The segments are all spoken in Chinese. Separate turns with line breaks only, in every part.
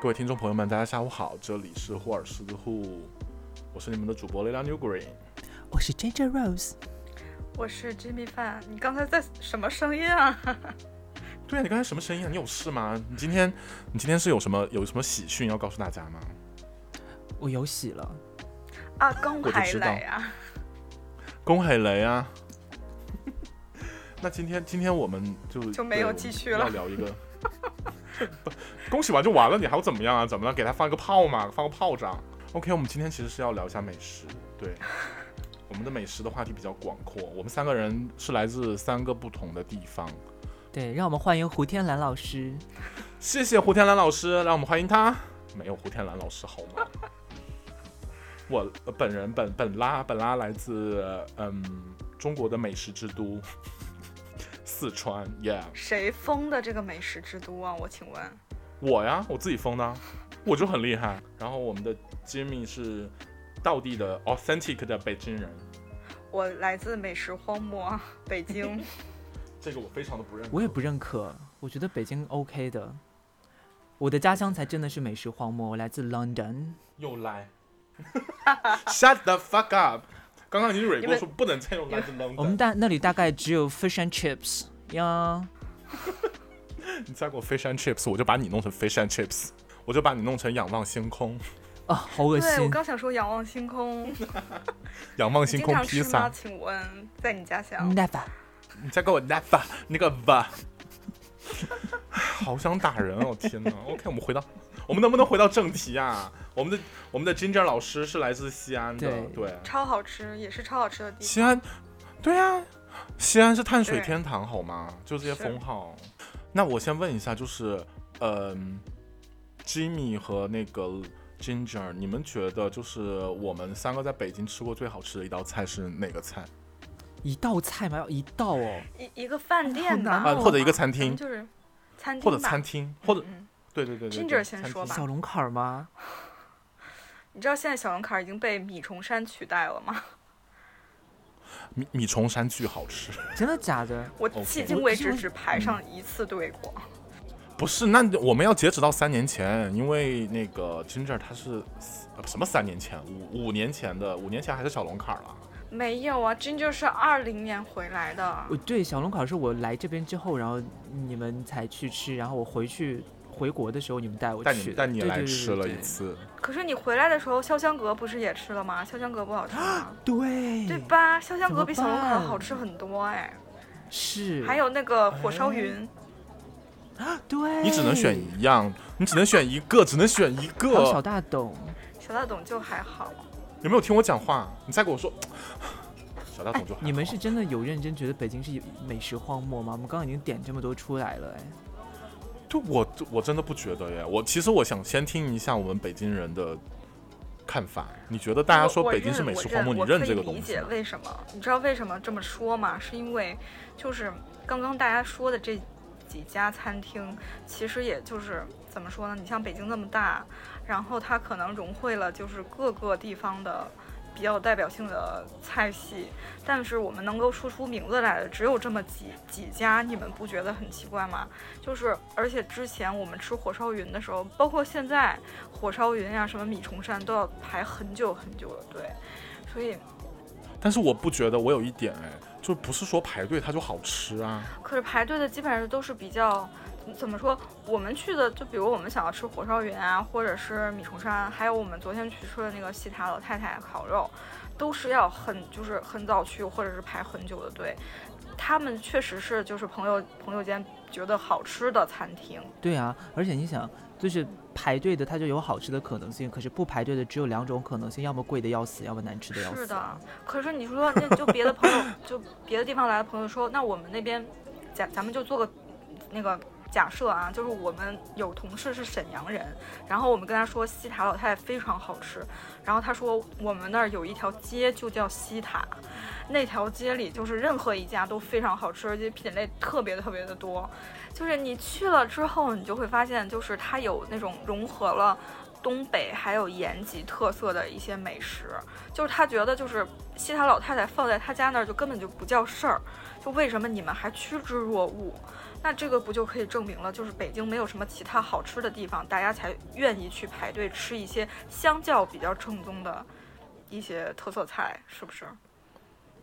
各位听众朋友们，大家下午好，这里是霍尔斯户，我是你们的主播雷拉 New Green。
我是 J J Rose，
我是 Jimmy Fan，你刚才在什么声音啊？
对啊，你刚才什么声音啊？你有事吗？你今天你今天是有什么有什么喜讯要告诉大家吗？
我有喜了，
啊，刚
我就
还
知道
来啊！
恭喜雷啊！ 那今天今天我们就
就没有
对
继续
我们
了
要聊一个。 不恭喜完就完了，你还要怎么样啊？怎么了？给他放个炮嘛，放个炮仗。OK，我们今天其实是要聊一下美食，对， 我们的美食的话题比较广阔。我们三个人是来自三个不同的地方。
对，让我们欢迎胡天蓝老师。
谢谢胡天蓝老师，让我们欢迎他。没有胡天蓝老师好吗？ 我呃本人本本拉本拉来自嗯中国的美食之都 四川，Yeah，
谁封的这个美食之都啊？我请问，
我呀我自己封的啊，我就很厉害。然后我们的 Jimmy 是道地的 authentic 的北京人，
我来自美食荒漠北 京，
这个我非常的不认可。
我也不认可，我觉得北京 OK 的。我的家乡才真的是美食荒漠，我来自 London。
又 来，Shut the fuck up！刚刚已经蕊
你
过
们
说不能再用 London，
我们大那里大概只有 fish and chips 呀。
你再给我 fish and chips，我就把你弄成 fish and chips，我就把你弄成仰望星 空，
啊，好恶
对我
心！
刚想说仰望星空，
仰望
你
星
经
空
常
披
吃吗？
萨。嗯
请问在你家乡？
Never，
你再给我 never 那个 va，好想打人哦！天哪。OK，我们回到，我们能不能回到正题啊？我们的我们的 Ginger 老师是来自西安的，
对
对，
超好吃，也是超好吃的地方。
西安，对啊，西安是碳水
对
天堂，好吗？就这些
是
封号。那我先问一下，就是，嗯、j i m m y 和那个 Ginger，你们觉得就是我们三个在北京吃过最好吃的一道菜是哪个菜？
一道菜嘛，要一道哦。
一一个饭店吧，
难
啊、
哦
或者一个餐
咱们
厅，
就是餐厅
或者
吧
餐厅，或者
嗯，
对对对对
Ginger
对
先
餐
说
厅
吧
小龙坎儿吗？
你知道现在小龙坎儿已经被米虫山取代了吗？
米米虫山巨好吃，
真的假的？
我
OK
迄今为止
我
嗯
只排上一次队过。
不是？那我们要截止到三年前，因为那个 Ginger 他是呃什么三年前，五五年前的，五年前还是小龙坎儿了。
没有啊，Ginger 是二零年回来的。
我对小龙坎儿是我来这边之后，然后你们才去吃，然后我回去回国的时候你们带我
带
去
你
的，
带你
对
来吃了一。次，
可是你回来的时候，潇湘阁不是也吃了吗？潇湘阁不好吃吗？
对 对对对
对
对，
吧？潇湘
怎
阁
么
比小龙坎
办
好吃很多哎，
是，啊
还有那个火
哎
烧云，
对，
你只能选一样，你只能选一个，只能选一
还有小
个。
大董，
小大董就还好。
有没有听我讲话？你再给我说，小大
哎
董就还好、，
你们是真的有认真觉得北京是美食荒漠吗？我们刚刚已经点这么多出来了，哎，
对我我真的不觉得耶。我其实我想先听一下我们北京人的看法。你觉得大家
我
说
我
北京是
认
美
我
食荒漠，你
我
认
可以
这个
理
东西啊
解
吗？
为什么？你知道为什么这么说吗？是因为就是刚刚大家说的这几家餐厅，其实也就是怎么说呢？你像北京那么大，然后它可能融汇了就是各个地方的。比较有代表性的菜系，但是我们能够说出名字来的只有这么几几家，你们不觉得很奇怪吗？就是，而且之前我们吃火烧云的时候，包括现在火烧云呀、什么米虫山都要排很久很久的队，所以，
但是我不觉得，我有一点哎，就不是说排队它就好吃啊。
可是排队的基本上都是比较，怎怎么说？我们去的，就比如我们想要吃火烧云啊，或者是米虫山，还有我们昨天去吃的那个西塔老太太烤肉，都是要很就是很早去，或者是排很久的队。他们确实是就是朋友朋友间觉得好吃的餐厅，
对啊，而且你想，就是排队的它就有好吃的可能性，可是不排队的只有两种可能性，要么贵的要死，要么难吃的要死。啊
是的，可是你说，那就别的朋友，就别的地方来的朋友说，那我们那边，咱咱们就做个那个假设啊，就是我们有同事是沈阳人，然后我们跟他说西塔老太太非常好吃，然后他说我们那儿有一条街就叫西塔，那条街里就是任何一家都非常好吃，而且品类特别特别的多。就是你去了之后，你就会发现，就是它有那种融合了东北还有延吉特色的一些美食，就是他觉得就是西塔老太太放在他家那儿就根本就不叫事儿，就为什么你们还趋之若鹜？那这个不就可以证明了，就是北京没有什么其他好吃的地方，大家才愿意去排队吃一些相较比较正宗的一些特色菜，是不是？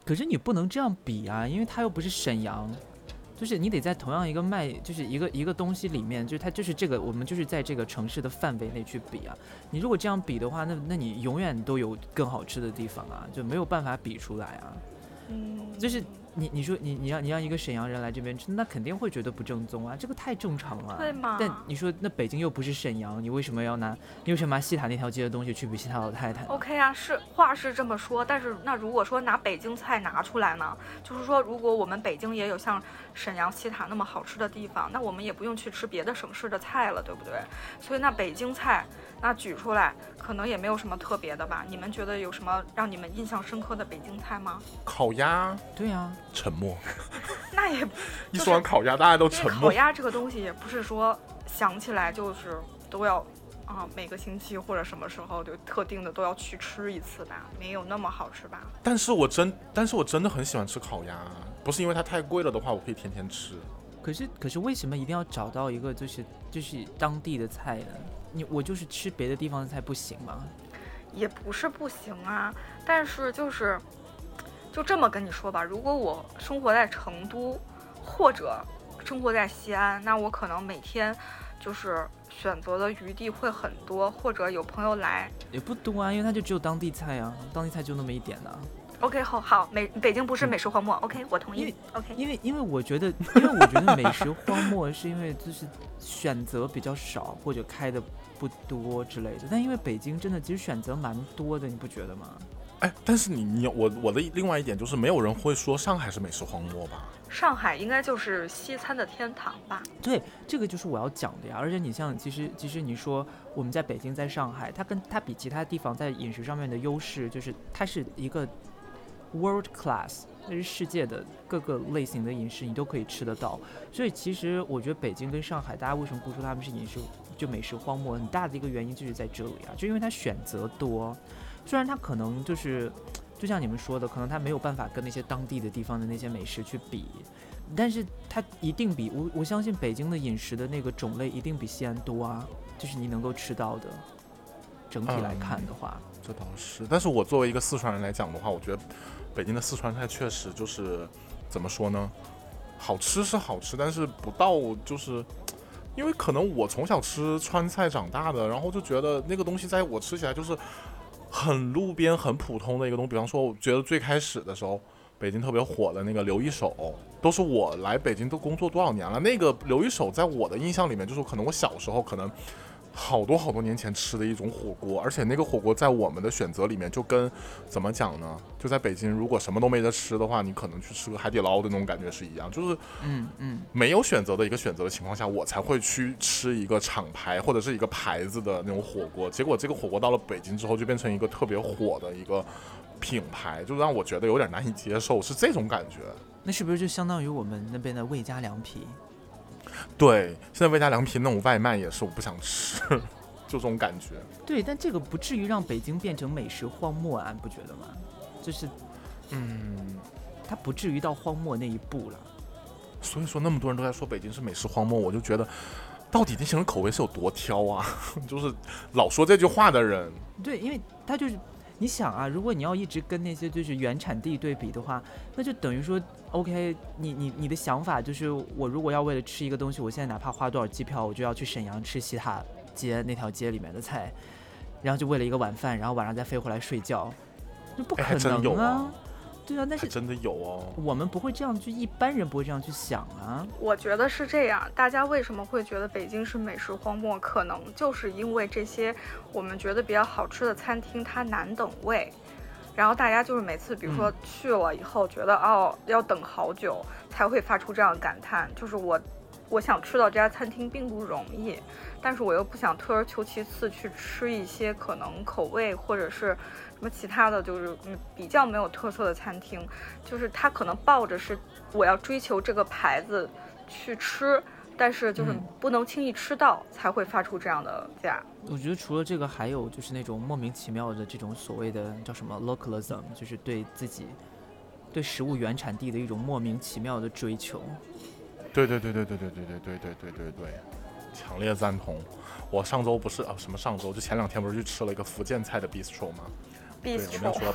可是你不能这样比啊，因为它又不是沈阳，就是你得在同样一个卖，就是一个一个东西里面，就是它就是这个，我们就是在这个城市的范围内去比啊。你如果这样比的话，那那你永远都有更好吃的地方啊，就没有办法比出来啊。
嗯，
就是你你说你你让你让一个沈阳人来这边吃，那肯定会觉得不正宗啊，这个太正常了。
对嘛
但你说那北京又不是沈阳，你为什么要拿你为什么拿西塔那条街的东西去比西塔老太太呢？
OK 啊，是话是这么说，但是那如果说拿北京菜拿出来呢，就是说如果我们北京也有像沈阳、西塔那么好吃的地方，那我们也不用去吃别的省市的菜了，对不对？所以那北京菜那举出来，可能也没有什么特别的吧？你们觉得有什么让你们印象深刻的北京菜吗？
烤鸭
对啊，
沉默，
那也
一说完烤鸭，大家都
因
沉
为烤
默。
鸭这个东西也不是说想起来就是都要啊、每个星期或者什么时候就特定的都要去吃一次吧，没有那么好吃吧？
但是我真，但是我真的很喜欢吃烤鸭，不是因为它太贵了的话，我可以天天吃。
可是可是为什么一定要找到一个就是就是当地的菜呢？你我就是吃别的地方的菜不行吗？
也不是不行啊，但是就是就这么跟你说吧，如果我生活在成都或者生活在西安，那我可能每天就是选择的余地会很多，或者有朋友来。
也不多啊，因为它就只有当地菜啊，当地菜就那么一点呐、
OK，好好，美北京不是美食荒漠。OK，我
嗯
同
因
意
为。
OK，
因为因为我觉得，因为我觉得美食荒漠是因为就是选择比较少或者开的不多之类的。但因为北京真的其实选择蛮多的，你不觉得吗？
哎，但是你你我我的另外一点就是，没有人会说上海是美食荒漠吧？
上海应该就是西餐的天堂吧？
对，这个就是我要讲的呀。而且你像，其实其实你说我们在北京，在上海，它跟它比其他地方在饮食上面的优势，就是它是一个 world class，那是呃世界的各个类型的饮食你都可以吃得到。所以其实我觉得北京跟上海，大家为什么不说他们是饮食就美食荒漠？很大的一个原因就是在这里啊，就因为它选择多，虽然它可能就是。就像你们说的，可能它没有办法跟那些当地的地方的那些美食去比，但是它一定比我我相信北京的饮食的那个种类一定比西安多啊，就是你能够吃到的。整体来看的话，
这倒是，但是我作为一个四川人来讲的话，我觉得北京的四川菜确实就是怎么说呢，好吃是好吃，但是不到就是。因为可能我从小吃川菜长大的，然后就觉得那个东西在我吃起来就是很路边、很普通的一个东西。比方说，我觉得最开始的时候，北京特别火的那个刘一手，都是我来北京都工作多少年了。那个刘一手在我的印象里面，就是可能我小时候可能好多好多年前吃的一种火锅，而且那个火锅在我们的选择里面就跟怎么讲呢？就在北京，如果什么都没得吃的话，你可能去吃个海底捞的那种感觉是一样，就是
嗯嗯，
没有选择的一个选择的情况下，我才会去吃一个厂牌或者是一个牌子的那种火锅。结果这个火锅到了北京之后，就变成一个特别火的一个品牌，就让我觉得有点难以接受，是这种感觉。
那是不是就相当于我们那边的魏家凉皮？
对，现在魏家凉皮那种外卖也是我不想吃，就这种感觉。
对，但这个不至于让北京变成美食荒漠啊，你不觉得吗？就是
嗯，
它不至于到荒漠那一步了。
所以说那么多人都在说北京是美食荒漠，我就觉得到底那些人口味是有多挑啊？就是老说这句话的人，
对，因为它就是你想啊，如果你要一直跟那些就是原产地对比的话，那就等于说，OK，你你你的想法就是，我如果要为了吃一个东西，我现在哪怕花多少机票，我就要去沈阳吃西塔街那条街里面的菜，然后就为了一个晚饭，然后晚上再飞回来睡觉，那不
哎
可
还真有
能
啊
啊。对啊，但
还
是
真的有哦。
我们不会这样去，一般人不会这样去想啊。
我觉得是这样，大家为什么会觉得北京是美食荒漠？可能就是因为这些我们觉得比较好吃的餐厅它难等位，然后大家就是每次比如说
嗯
去了以后，觉得、哦要等好久才会发出这样的感叹，就是我我想吃到这家餐厅并不容易，但是我又不想退而求其次去吃一些可能口味或者是什么其他的就是嗯比较没有特色的餐厅，就是他可能抱着是我要追求这个牌子去吃，但是就是
嗯
不能轻易吃到，才会发出这样的价。
我觉得除了这个，还有就是那种莫名其妙的这种所谓的叫什么 localism，就是对自己对食物原产地的一种莫名其妙的追求。
对对对对对对对对对对对对对，强烈赞同。我上周不是啊，什么上周就前两天不是去吃了一个福建菜的 bistro 吗？对，我们要
bistro，
说到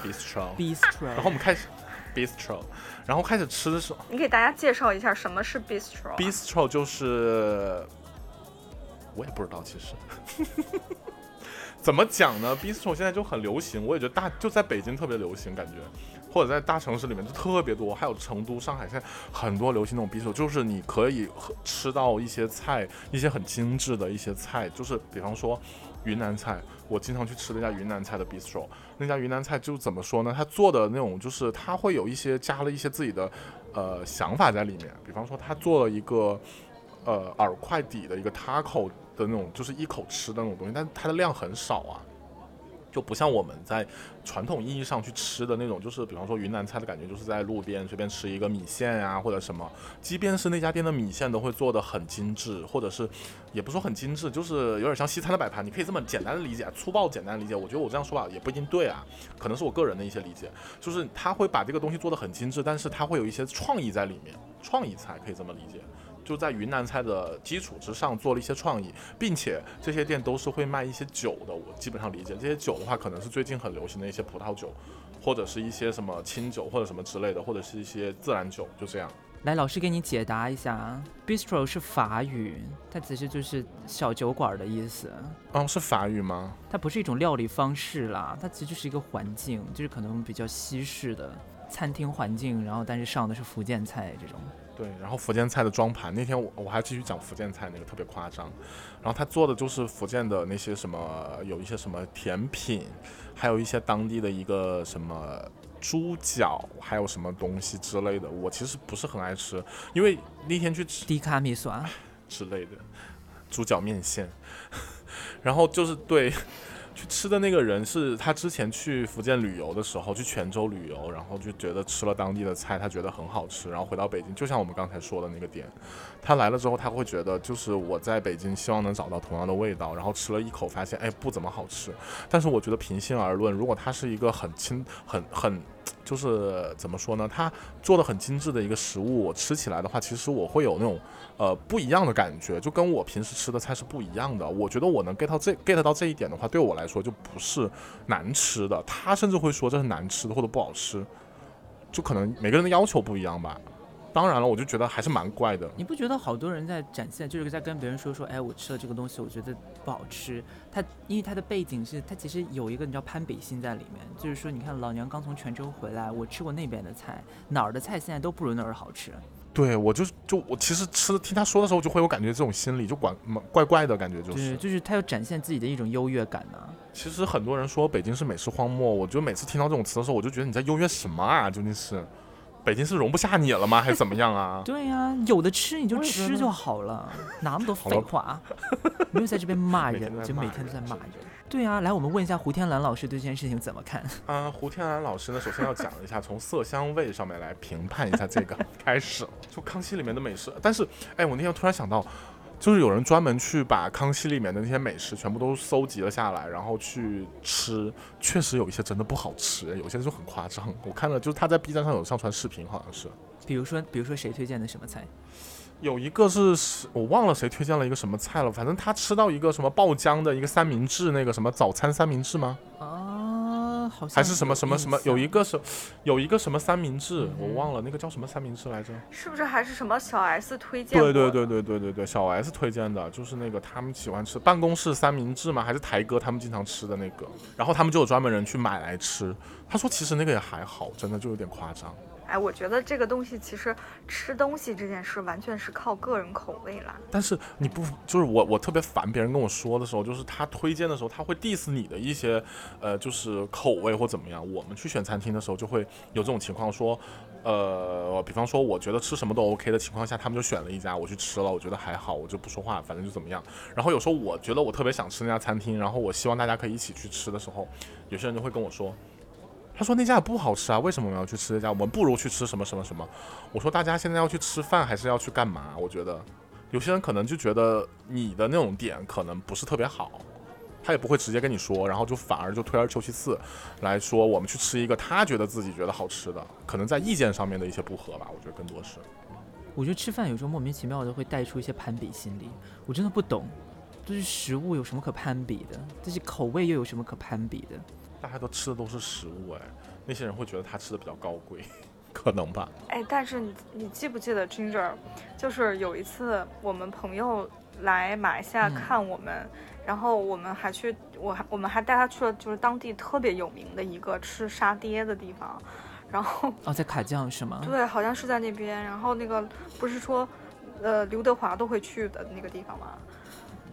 bistro，
Bistro，
然后我们开始 bistro，然后开始吃的时候
你给大家介绍一下什么是 bistro 啊。
，bistro 就是我也不知道其实。 怎么讲呢？bistro 现在就很流行，我也觉得大就在北京特别流行，感觉或者在大城市里面就特别多，还有成都、上海现在很多流行那种 bistro，就是你可以喝吃到一些菜，一些很精致的一些菜，就是比方说云南菜，我经常去吃那家云南菜的 bistro，那家云南菜就怎么说呢？它做的那种就是它会有一些加了一些自己的呃想法在里面，比方说它做了一个呃饵块底的一个 taco 的那种，就是一口吃的那种东西，但它的量很少啊，就不像我们在传统意义上去吃的那种，就是比方说云南菜的感觉，就是在路边随便吃一个米线呀、或者什么，即便是那家店的米线都会做的很精致，或者是也不说很精致，就是有点像西餐的摆盘，你可以这么简单的理解，粗暴简单地理解。我觉得我这样说法也不一定对啊，可能是我个人的一些理解，就是他会把这个东西做的很精致，但是他会有一些创意在里面，创意菜可以这么理解。就在云南菜的基础之上做了一些创意，并且这些店都是会卖一些酒的，我基本上理解。这些酒的话，可能是最近很流行的一些葡萄酒，或者是一些什么清酒或者什么之类的，或者是一些自然酒，就这样。
来，老师给你解答一下，bistro 啊是法语，它其实就是小酒馆的意思。
哦，是法语吗？
它不是一种料理方式啦，它其实就是一个环境，就是可能比较西式的餐厅环境，然后但是上的是福建菜这种。
对，然后福建菜的装盘，那天我我还继续讲福建菜那个特别夸张，然后他做的就是福建的那些什么，有一些什么甜品，还有一些当地的一个什么猪脚，还有什么东西之类的，我其实不是很爱吃，因为那天去吃
低卡米酸，
之类的，猪脚面线。 然后就是对， 去吃的那个人是他之前去福建旅游的时候，去泉州旅游，然后就觉得吃了当地的菜，他觉得很好吃，然后回到北京，就像我们刚才说的那个点，他来了之后，他会觉得就是我在北京希望能找到同样的味道，然后吃了一口发现，哎，不怎么好吃。但是我觉得平心而论，如果它是一个很清、很很。就是怎么说呢？它做的很精致的一个食物，我吃起来的话，其实我会有那种呃不一样的感觉，就跟我平时吃的菜是不一样的。我觉得我能 get 到这 get 到这一点的话，对我来说就不是难吃的，他甚至会说这是难吃的或者不好吃，就可能每个人的要求不一样吧。当然了，我就觉得还是蛮怪的。
你不觉得好多人在展现，就是在跟别人说说，哎，我吃了这个东西，我觉得不好吃。它因为它的背景是，它其实有一个你知道攀比心在里面，就是说，你看老娘刚从泉州回来，我吃过那边的菜，哪儿的菜现在都不如那儿好吃。
对我就就我其实吃听他说的时候，就会有感觉这种心理，就管蛮怪怪的感觉，就
对，
是。
就是他要展现自己的一种优越感呢、
其实很多人说北京是美食荒漠，我就每次听到这种词的时候，我就觉得你在优越什么啊？究竟是北京是容不下你了吗？还是怎么样啊？
对呀、有的吃你就
我也觉
吃
得
就好 了，哪那么多
好
废
了
话，没有在这边骂
每
人，
天
就
在骂
每天都在
人
骂人。对啊，来，我们问一下胡天蓝老师对这件事情怎么看？
啊、胡天兰老师呢，首先要讲一下，从色香味上面来评判一下这个开始，就《康熙》里面的美食。但是，哎，我那天突然想到，就是有人专门去把《康熙》里面的那些美食全部都搜集了下来，然后去吃，确实有一些真的不好吃，有些就很夸张。我看了，就是他在 B 站上有上传视频，好像是
比如说，比如说谁推荐的什么菜？
有一个是我忘了谁推荐了一个什么菜了，反正他吃到一个什么爆浆的一个三明治，那个什么早餐三明治吗？
啊，好像
还是什么
有
什么
印
什么，有一
象
个是，有一个什么三明治，
嗯
我忘了那个叫什么三明治来着。
是不是还是什么小 S 推荐？
对对对。对对对对，小 S 推荐的，就是那个他们喜欢吃办公室三明治嘛，还是台哥他们经常吃的那个，然后他们就有专门人去买来吃。他说其实那个也还好，真的就有点夸张。
哎，我觉得这个东西其实吃东西这件事完全是靠个人口味啦。
但是你不就是我，我特别烦别人跟我说的时候，就是他推荐的时候，他会 diss 你的一些呃，就是口味或怎么样。我们去选餐厅的时候，就会有这种情况，说，呃，比方说我觉得吃什么都 OK 的情况下，他们就选了一家，我去吃了，我觉得还好，我就不说话，反正就怎么样。然后有时候我觉得我特别想吃那家餐厅，然后我希望大家可以一起去吃的时候，有些人就会跟我说。他说那家也不好吃啊，为什么我们要去吃这家？我们不如去吃什么什么什么。我说大家现在要去吃饭还是要去干嘛？我觉得有些人可能就觉得你的那种点可能不是特别好，他也不会直接跟你说，然后就反而就退而求其次，来说我们去吃一个他觉得自己觉得好吃的，可能在意见上面的一些不合吧，我觉得更多是。
我觉得吃饭有时候莫名其妙的会带出一些攀比心理，我真的不懂，就是食物有什么可攀比的，但是口味又有什么可攀比的？
大家都吃的都是食物，哎，那些人会觉得他吃的比较高贵， 可能吧？
哎，但是你你记不记得 Ginger，就是有一次我们朋友来马来西亚
嗯
看我们，然后我们还去，我还我们还带他去了就是当地特别有名的一个吃沙爹的地方，然后
哦，在卡酱是吗？
嗯
对，好像是在那边，然后那个不是说，呃，刘德华都会去的那个地方吗？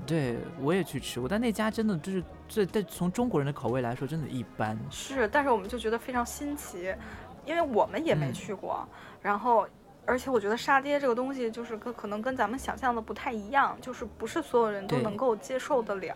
对，我也去吃过，但那家真的就是这，但从中国人的口味来说，真的一般。
是，但是我们就觉得非常新奇，因为我们也没
嗯
去过。然后，而且我觉得沙爹这个东西，就是跟可能跟咱们想象的不太一样，就是不是所有人都
对
能够接受得了。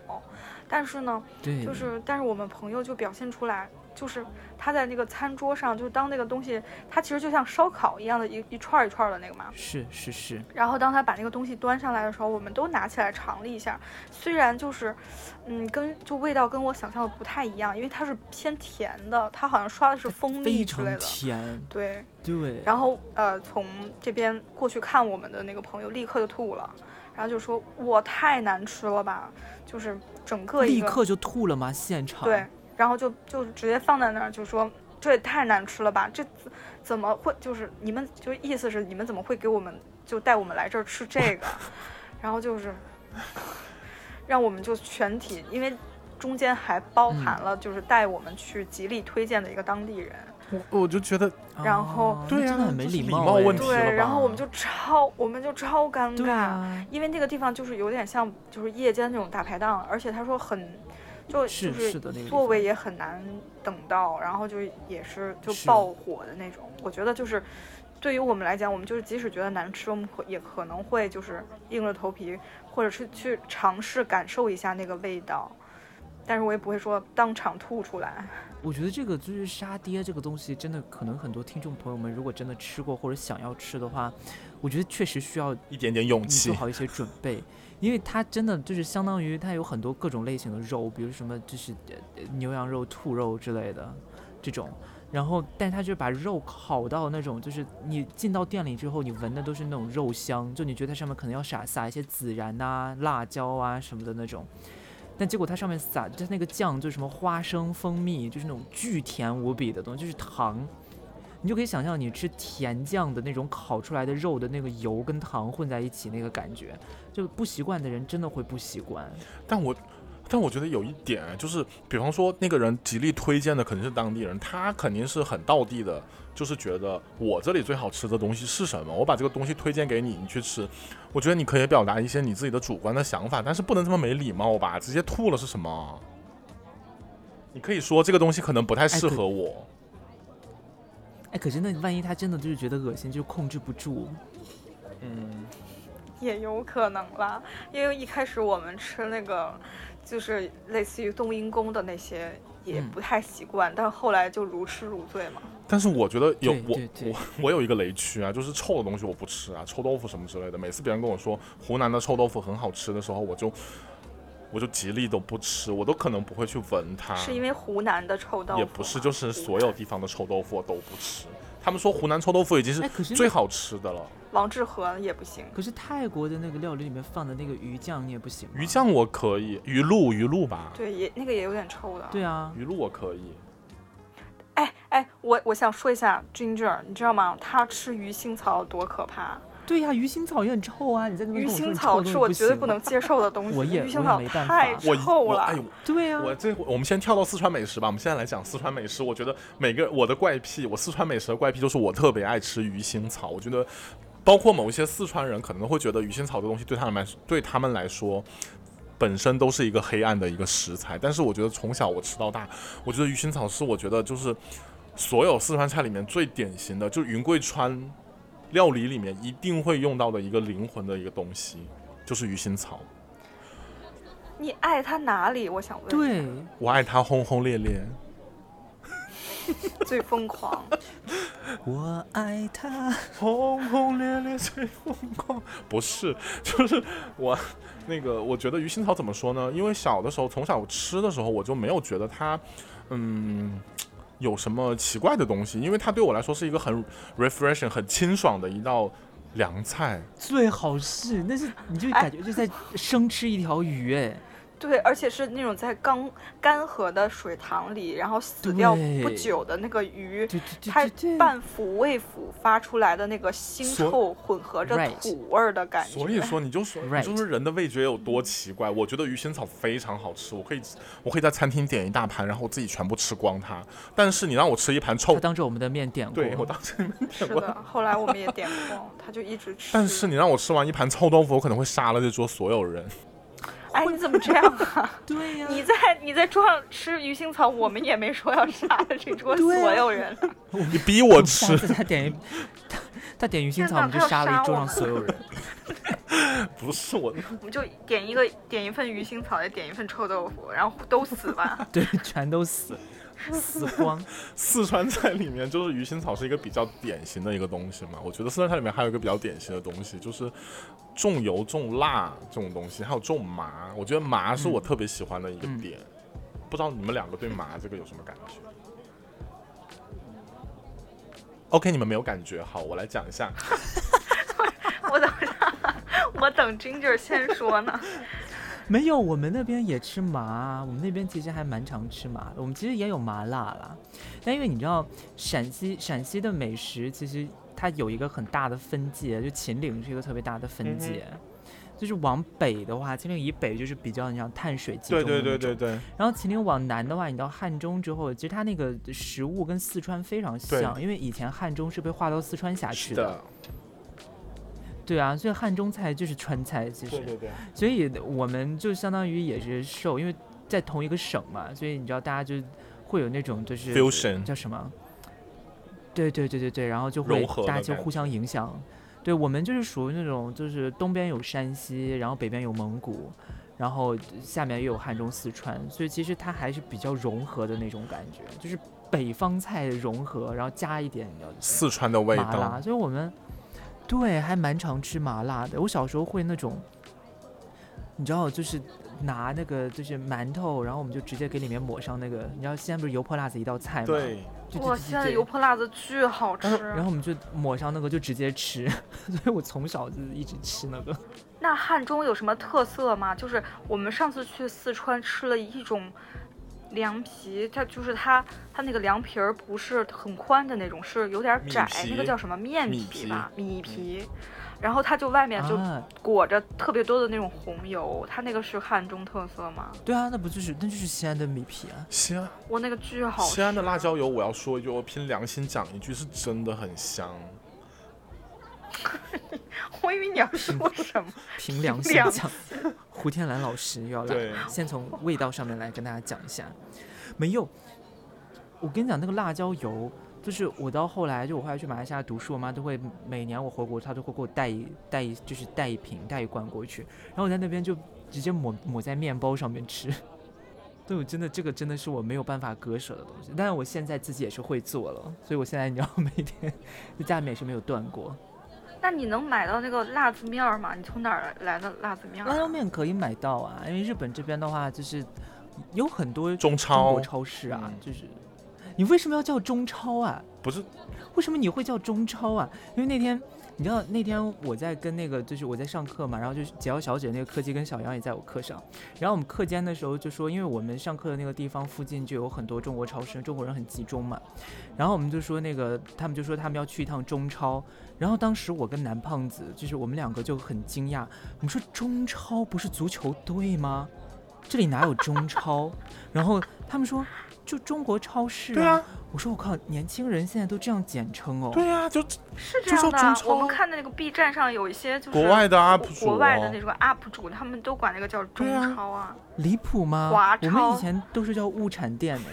但是呢，
对，
就是但是我们朋友就表现出来，就是他在那个餐桌上，就是当那个东西，它其实就像烧烤一样的一一串儿一串儿的那个嘛。
是是是，
然后当他把那个东西端上来的时候，我们都拿起来尝了一下，虽然就是，嗯，跟就味道跟我想象的不太一样，因为它是偏甜的，它好像刷的是蜂蜜
非
之类
常
的。
甜。
对，
对，
然后呃，从这边过去看我们的那个朋友立刻就吐了，然后就说：“我太难吃了吧！”就是整个一
立
个
刻就吐了吗？现场？
对，，然后就就直接放在那儿，就说这也太难吃了吧，这怎怎么会就是你们就意思是你们怎么会给我们就带我们来这儿吃这 个，然后就是让我们就全体，因为中间还包
嗯
含了就是带我们去极力推荐的一个当地人，
我我就觉得
然后
啊那
对
真的
啊
很没
这是
礼
礼
貌
貌
哎
问题了
对，然后我们
吧
就超我们就超尴
对
尬，
啊，
因为那个地方就是有点像就是夜间那种大排档，而且他说很就就是是
是的那个地
座位
方
也很难等到，然后就也是就是爆火的那种。我觉得就是对于我们来讲，我们就是即使觉得难吃，我们会也可能会就是硬着头皮，或者是去尝试感受一下那个味道，但是我也不会说当场吐出来。
我觉得这个就是沙爹这个东西，真的可能很多听众朋友们如果真的吃过或者想要吃的话，我觉得确实需要
一点点勇
你
气，
做好一些准备，因为它真的就是相当于它有很多各种类型的肉，比如什么就是呃呃牛羊肉、兔肉之类的这种。然后，但它就把肉烤到那种，就是你进到店里之后，你闻的都是那种肉香，就你觉得它上面可能要撒撒一些孜然呐、辣椒啊什么的那种，但结果它上面撒就是那个酱，就是什么花生、蜂蜜，就是那种巨甜无比的东西，就是糖，你就可以想象你吃甜酱的那种烤出来的肉的那个油跟糖混在一起那个感觉，就不习惯的人真的会不习惯。
但我。但我觉得有一点，就是比方说那个人极力推荐的肯定是当地人，他肯定是很道地的，就是觉得我这里最好吃的东西是什么，我把这个东西推荐给你，你去吃。我觉得你可以表达一些你自己的主观的想法，但是不能这么没礼貌吧？直接吐了是什么？你可以说这个东西可能不太适
哎对
合我，
哎，可是那万一他真的就是觉得恶心，就是控制不住，
嗯，
也有可能啦，因为一开始我们吃那个，就是类似于冬阴功的那些，也
嗯
不太习惯，但后来就如痴如醉嘛。
但是我觉得有
对
我
对对
我 我有一个雷区啊，就是臭的东西我不吃啊，臭豆腐什么之类的。每次别人跟我说湖南的臭豆腐很好吃的时候，我就我就极力都不吃，我都可能不会去闻它。
是因为湖南的臭豆
啊
腐吗？啊
也不是，就是所有地方的臭豆腐我都不吃。他们说湖南臭豆腐已经
哎可是
是
那
最好吃的了，
王致和也不行。
可是泰国的那个料理里面放的那个鱼酱你也不行啊吗。
鱼？酱我可以，鱼露鱼露吧，
对，也那个也有点臭的。，
对啊，
鱼露我可以。
哎哎，我我想说一下 Ginger，你知道吗？他吃鱼腥草有多可怕？
对呀、鱼腥草也很臭啊！你在那边
鱼
跟我说
腥
你
草
臭的东
是
西
我绝对
行
不能。接受的东西。
我也
鱼
我
腥
也
草
没办法
太
我一
臭
我
了。
哎呦，
对啊，
我这我们先跳到四川美食吧，我们现在来讲四川美食。我觉得每个我的怪癖，我四川美食的怪癖就是我特别爱吃鱼腥草。我觉得，包括某一些四川人可能会觉得鱼腥草这东西对他们来对他们来说。本身都是一个黑暗的一个食材，但是我觉得从小我吃到大，我觉得鱼腥草是我觉得就是所有四川菜里面最典型的，就是云贵川料理里面一定会用到的一个灵魂的一个东西，就是鱼腥草。
你爱它哪里？我想问。，
对，
我爱它轰轰烈烈。
最疯狂。
我爱他。
轰轰烈烈最疯狂， 不是，就是我那个，我觉得鱼腥草怎么说呢？因为小的时候，从小我吃的时候，我就没有觉得它，嗯，有什么奇怪的东西，因为它对我来说是一个很 refreshing、很清爽的一道凉菜。
最好是，那是你就
哎
感觉就在生吃一条鱼，哎，
对，而且是那种在刚干涸的水塘里，然后死掉不
对
久的那个鱼，
对对
它
对对对，
半腐未腐发出来的那个腥
所
臭混合着
Right
土味儿的感觉。
所以说，你就说，你
Right
就说人的味觉有多奇怪。我觉得鱼腥草非常好吃，我可以，我可以在餐厅点一大盘，然后我自己全部吃光它。但是你让我吃一盘臭
他，当着我们的面点过，
对我当时没点
是
过。
的，后来我们也点过，他就一直吃。
但是你让我吃完一盘臭豆腐，我可能会杀了这桌所有 人。
哎，你怎么这样 啊？
对呀、
你在你在桌上吃鱼腥草，我们也没说要杀了这桌
对啊
所有人。
你逼我
下
吃，
次 他点一，他他点鱼腥
天
草，
哪
我们就
他要
杀了
杀
一桌
我
上所有人。
不是我，
我们 就点一个点一份鱼腥草，再点一份臭豆腐，然后都死吧。
对，全都死，死光。
四川菜里面就是鱼腥草是一个比较典型的一个东西嘛。我觉得四川菜里面还有一个比较典型的东西，就是重油、重辣这种东西，还有重麻。我觉得麻是我特别喜欢的一个点。不知道你们两个对麻这个有什么感觉？OK，你们没有感觉，好，我来讲一下。
我等着，我等 Ginger 先说呢。
没有，我们那边也吃麻，我们那边其实还蛮常吃麻的。我们其实也有麻辣啦，但因为你知道，陕西陕西的美食其实它有一个很大的分界，就秦岭是一个特别大的分界。
嗯
就是往北的话，秦岭以北就是比较你像碳水集中
对
的那
对
种，
对对对，
然后秦岭往南的话，你到汉中之后，其实它那个食物跟四川非常
对
像，因为以前汉中是被划到四川辖
是
区
的，
对啊，所以汉中菜就是川菜，其实
对，对对，
所以我们就相当于也是受，因为在同一个省嘛，所以你知道大家就会有那种就是
Fusion
叫什么？对对对对对，然后就会
融合的
大家就
感
互相影响。对我们就是属于那种，就是东边有山西，然后北边有蒙古，然后下面又有汉中、四川，所以其实它还是比较融合的那种感觉，就是北方菜的融合，然后加一点你知道
四川的味
麻
道
辣，。所以我们对还蛮常吃麻辣的。我小时候会那种，你知道，就是拿那个就是馒头，然后我们就直接给里面抹上那个，你知道现在不是油泼辣子一道菜吗？
对，
对，对
哇，
对
现在
对
油泼辣子啊巨好吃。
然后我们就抹上那个就直接吃， 所以我从小就一直吃那个。
那汉中有什么特色吗？就是我们上次去四川吃了一种凉皮，它就是它它那个凉皮儿不是很宽的那种，是有点
米
窄，
皮
那个叫什么面
米
皮
皮
吧，米皮。然后它就外面就
嗯啊，
裹着特别多的那种红油，它那个是汉中特色吗？
对啊，那不就是那就是西安的米皮啊？
西安
我那个巨好吃。
西安的辣椒油，我要说一句，我拼良心讲一句，是真的很香。
我以为你要说什么，
凭良心
良
讲，胡天兰老师又要来了。
对，
先从味道上面来跟大家讲一下，没有，我跟你讲那个辣椒油，就是我到后来就我后来去马来西亚读书，我妈都会每年我回国，她都会给我带一带一就是带一瓶带一罐过去，然后我在那边就直接抹抹在面包上面吃。 对，我真的这个真的是我没有办法割舍的东西，但是我现在自己也是会做了，所以我现在你知道每天在家里面也是没有断过。
那你能买到那个辣子面儿吗？你从哪儿来的辣子面儿啊？
辣椒面可以买到啊，因为日本这边的话就是有很多
中
中
超
国超市啊，
嗯
就是你为什么要叫中超啊？
不是
为什么你会叫中超啊？因为那天你知道那天我在跟那个就是我在上课嘛，然后就是解药小姐那个柯基跟小杨也在我课上，然后我们课间的时候就说，因为我们上课的那个地方附近就有很多中国超市，中国人很集中嘛，然后我们就说那个他们就说他们要去一趟中超，然后当时我跟男胖子就是我们两个就很惊讶，我们说中超不是足球队吗？这里哪有中超？然后他们说就中国超市
对啊，
我说我靠，年轻人现在都这样简称哦。
对啊，就是就
这样
叫
的
中
啊，
超
我们看的那个 B 站上有一些就是
国外的 UP
国
主、哦，
国外的那种 UP 主，他们都管那个叫中
对啊
超啊。
离谱吗？
华
我们
超嗯
以前都是叫物产店的。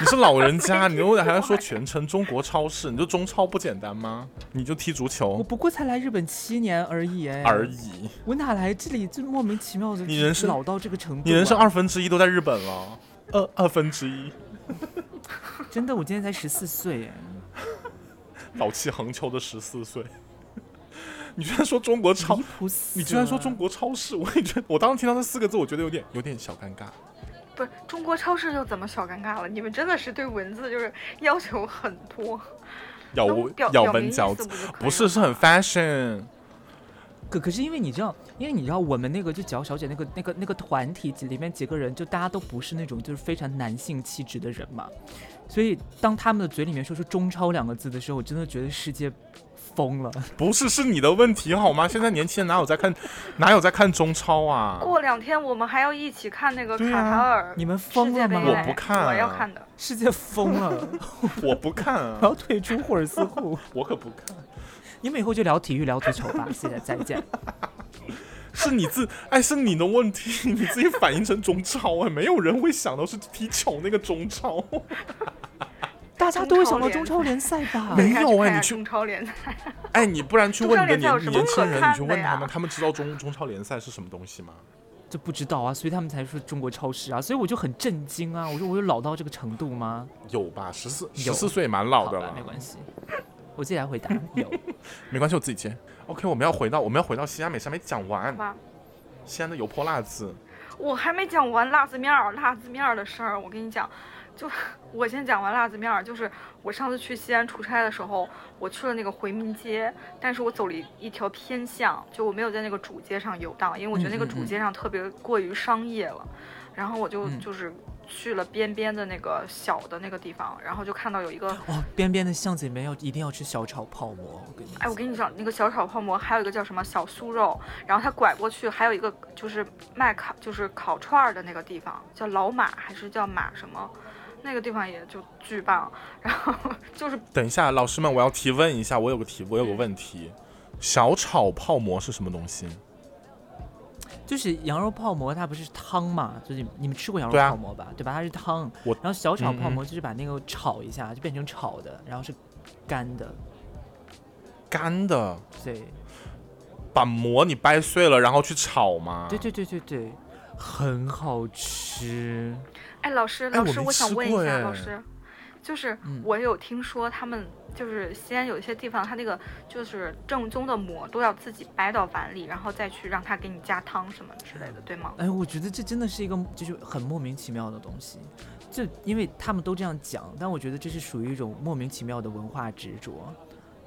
你是老人家，你又还要说全称中国超市，你就中超不简单吗？你就踢足
我
球
不过才来日本七年而已哎，
而已，
我哪来这里就莫名其妙的？
你人生
老到这个程度、啊，
你人生二分之一都在日本了，二二分之一。
真的，我今年才十四岁哎。
老气横秋的十四岁。你居然说中国超
离，谱死！
你居然说中，国超市，我也觉得，我当时听到这四个字，我觉得有点有点小尴尬。
不是中国超市又怎么小尴尬了？你们真的是对文字就是要求很多，
咬
能
文
表
咬
表明
文
意
嚼
思
字，
就可以
不是
了
是很
吗
fashion。
可可是因为你知道，因为你知道我们那个就脚小姐那个那个那个团体几里面几个人，就大家都不是那种就是非常男性气质的人嘛，所以当他们的嘴里面说出“中超”两个字的时候，我真的觉得世界疯了。
不是，是你的问题好吗？现在年轻人哪有在看，哪有在看中超啊？
过两天我们还要一起看那个
对
卡
啊
塔尔
你们
世
疯
界
了
杯
吗？
嘞，
我不看
我要
啊
看的。
世界疯了，
我不看
我
啊，
要退出霍尔斯户。
我可不看。
你们以后就聊体育、聊足球吧。 谢谢，再见。
是你自哎，是你的问题，你自己反映成中超哎，没有人会想到是踢球那个中超。
大家都会想到中超联赛 吧？
没
我应该
有
去
啊
看
你
下
去
中超联赛，
哎，你不然去问你的
中超联赛有什
年
么
年轻
可
人，
看
你
的
去问他
呀
们，他们知道中中超联赛是什么东西吗？
就不知道啊，所以他们才说中国超市啊，所以我就很震惊啊，我说我有老到这个程度吗？
有吧？十四十
有
四岁蛮老的
吧
了，，
没关系，我自己来回答。有，
没关系，我自己接。OK，我们要回到我们要回到西安美食，还没讲完
好。吧？
西安的油泼辣子，
我还没讲完辣子面儿，辣子面儿的事儿，我跟你讲，就我先讲完辣子面儿。就是我上次去西安出差的时候，我去了那个回民街，但是我走了一一条偏巷，就我没有在那个主街上游荡，因为我觉得那个
嗯嗯
主
嗯
街上特别过于商业了。然后我就
嗯
就是去了边边的那个小的那个地方，然后就看到有一个
哦，边边的巷子里面要一定要吃小炒泡馍，我跟你
哎，我跟你讲，那个小炒泡馍，还有一个叫什么小酥肉，然后它拐过去还有一个就是卖烤，就是烤串儿的那个地方，叫老马还是叫马什么？那个地方也就巨棒，然后 就是
等一下，老师们，我要提问一下，我有个提，我有个问题，小炒泡馍是什么东西？
就是羊肉泡馍，它不是汤嘛，就是你们吃过羊肉
对啊
泡馍吧，对吧？它是汤，
我
然后小炒泡
嗯
馍就是把那个炒一下，就变成炒的，然后是干的，
干的，
对，
把馍你掰碎了，然后去炒吗？
对对对对对，很好吃。
哎，老师，
哎
老
我
师，
没
我想
吃
问
过
一下，
哎
老师，就是
嗯
我有听说他们就是西安有一些地方，它那个就是正宗的馍都要自己掰到碗里，然后再去让它给你加汤什么之类的，对吗？
哎，我觉得这真的是一个就是很莫名其妙的东西，就因为他们都这样讲，但我觉得这是属于一种莫名其妙的文化执着。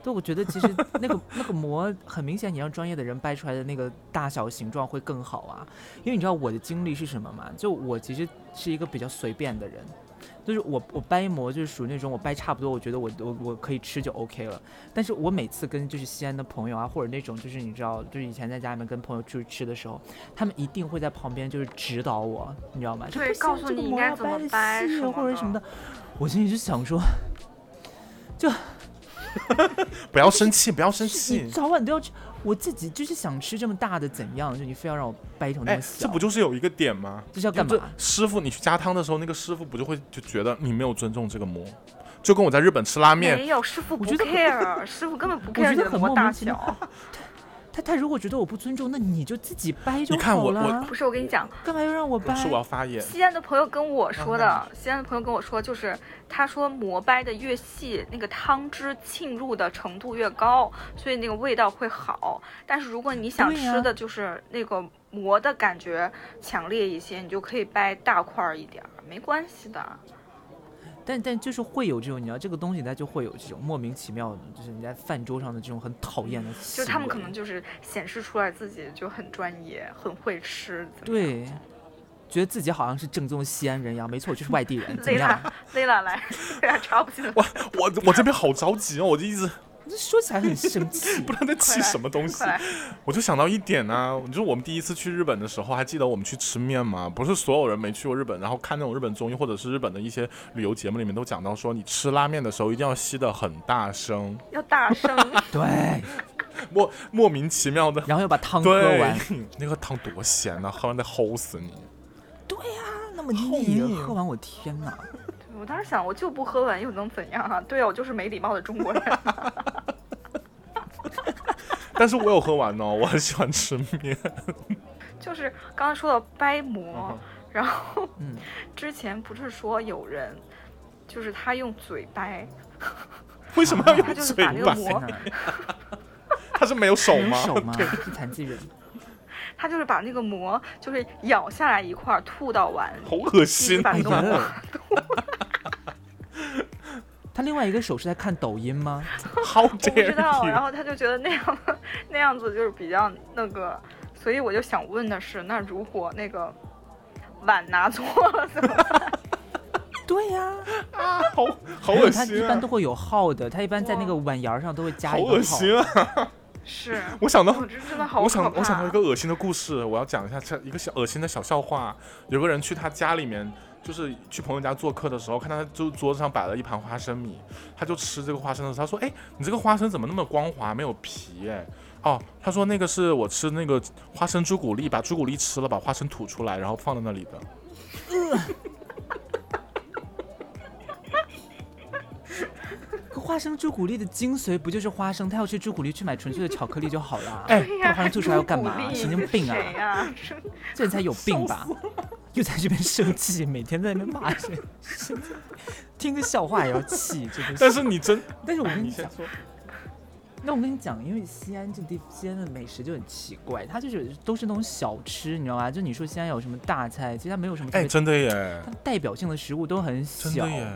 对，我觉得其实那个 那个膜，很明显你让专业的人掰出来的那个大小形状会更好啊。因为你知道我的经历是什么吗？就我其实是一个比较随便的人，就是我我掰馍就是属于那种我掰差不多，我觉得我我我可以吃就 OK 了。但是我每次跟就是西安的朋友啊，或者那种就是你知道，就是以前在家里面跟朋友出去吃的时候，他们一定会在旁边就是指导我，你知道吗？这
对
不行
告诉
这个啊膜
你应该
要
怎么
得
掰
细
什么
或者什么
的
的。我心里就想说，
不要生气，不要生
是你
气。
早晚都要吃，我自己就是想吃这么大的，怎样？就你非要让我掰成那
哎
么，小，
这不就是有一个点吗？
这是要干
就
嘛？
师傅，你去加汤的时候，那个师傅不就会就觉得你没有尊重这个馍，就跟我在日本吃拉面，
没有，师傅不
觉得很
care，师傅根本不
我
care
觉
你
得
的
很
馍
莫
大
名其妙
小。
他他如果觉得我不尊重，那你就自己掰就
你看
好
我
了啊，
不是，我跟你讲，
干嘛要让我
不
掰？
是我要发言。
西安的朋友跟我说
啊
的，
嗯
西安的朋友跟我说，就是他说馍掰的越细，那个汤汁沁入的程度越高，所以那个味道会好。但是如果你想
对呀
吃的就是那个馍的感觉强烈一些，你就可以掰大块儿一点儿，没关系的。
但但就是会有这种，你知道这个东西它就会有这种莫名其妙的，就是你在饭桌上的这种很讨厌的行
嗯就
为。
是他们可能就是显示出来自己就很专业，很会吃，怎么样
对，觉得自己好像是正宗西安人一样，没错，我就是外地 人， 怎么
累
样？
了，累了，来， 啊累了，插不进来，
我我我这边好着急哦，我就一直
这说起来很生 气
不。知道在气什么东西
快。来，
我就想到一点呢、你说我们第一次去日本的时候，还记得我们去吃面吗？不是所有人没去过日本，然后看那种日本综艺或者是日本的一些旅游节目里面都讲到说，你吃拉面的时候一定要吸的很大声，
要大声。
对，
莫莫名其妙的。
然后要把汤喝
对
完，，
那个汤多咸呐、啊喝完得齁死你！
那么
好
腻，
腻啊
喝完我天哪！
我当时想，我就不喝完又能怎样啊？对啊，我就是没礼貌的中国人。
但是我有喝完哦，我 很喜欢吃面。
就是刚刚说到掰馍，然后
嗯，
之前不是说有人，就是他用嘴掰，
为什么要
他
用
啊就是
嘴
把这个
摆？
膜
他是没有手
有
吗？
手吗
对，？
一残疾人，
他就是把那个膜就是咬下来一块儿吐到碗 里，
好恶
继续
心。啊
把那
哎
个膜
呀。他另外一个手是在看抖音 吗？
How
我不
dare
知道，然
you！
后他就觉得那样 那样子就是比较那个，所以我就想问的是，那如果那个碗拿错了怎 么？
对呀、
啊，好好
没有
恶
他一
心
般
啊
都！会有号的，他一般在那个碗沿儿上都会加
好
一个
恶
号。
心啊！
是，
我想到
我这真的好
我
可怕。
想我想到一个恶心的故事，我要讲一下这一个小恶心的小笑话。有个人去他家里面，就是去朋友家做客的时候，看他就桌子上摆了一盘花生米，他就吃这个花生的时候，他说：“哎，你这个花生怎么那么光滑，没有皮？”哎，哦，他说那个是我吃那个花生朱古力，把朱古力吃了，把花生吐出来，然后放在那里的。
可花生朱古力的精髓不就是花生？他要吃朱古力去买纯粹的巧克力就好了。
哎
对
把
呀，
花生吐出来要干嘛
朱古力
神经病啊
谁呀？是
这人才有病吧？ 又在这边生气，每天在那边骂人，神经病听个笑话也要气，真的是。
但是你真，
但 是我跟
你
你
先
讲，
说，
那我跟你讲，因为西安这地，西安的美食就很奇怪，它就是都是那种小吃，你知道吧？就你说西安有什么大菜，其实它没有什么特
哎，
别，
真的耶
它，代表性的食物都很
真的
小，
耶，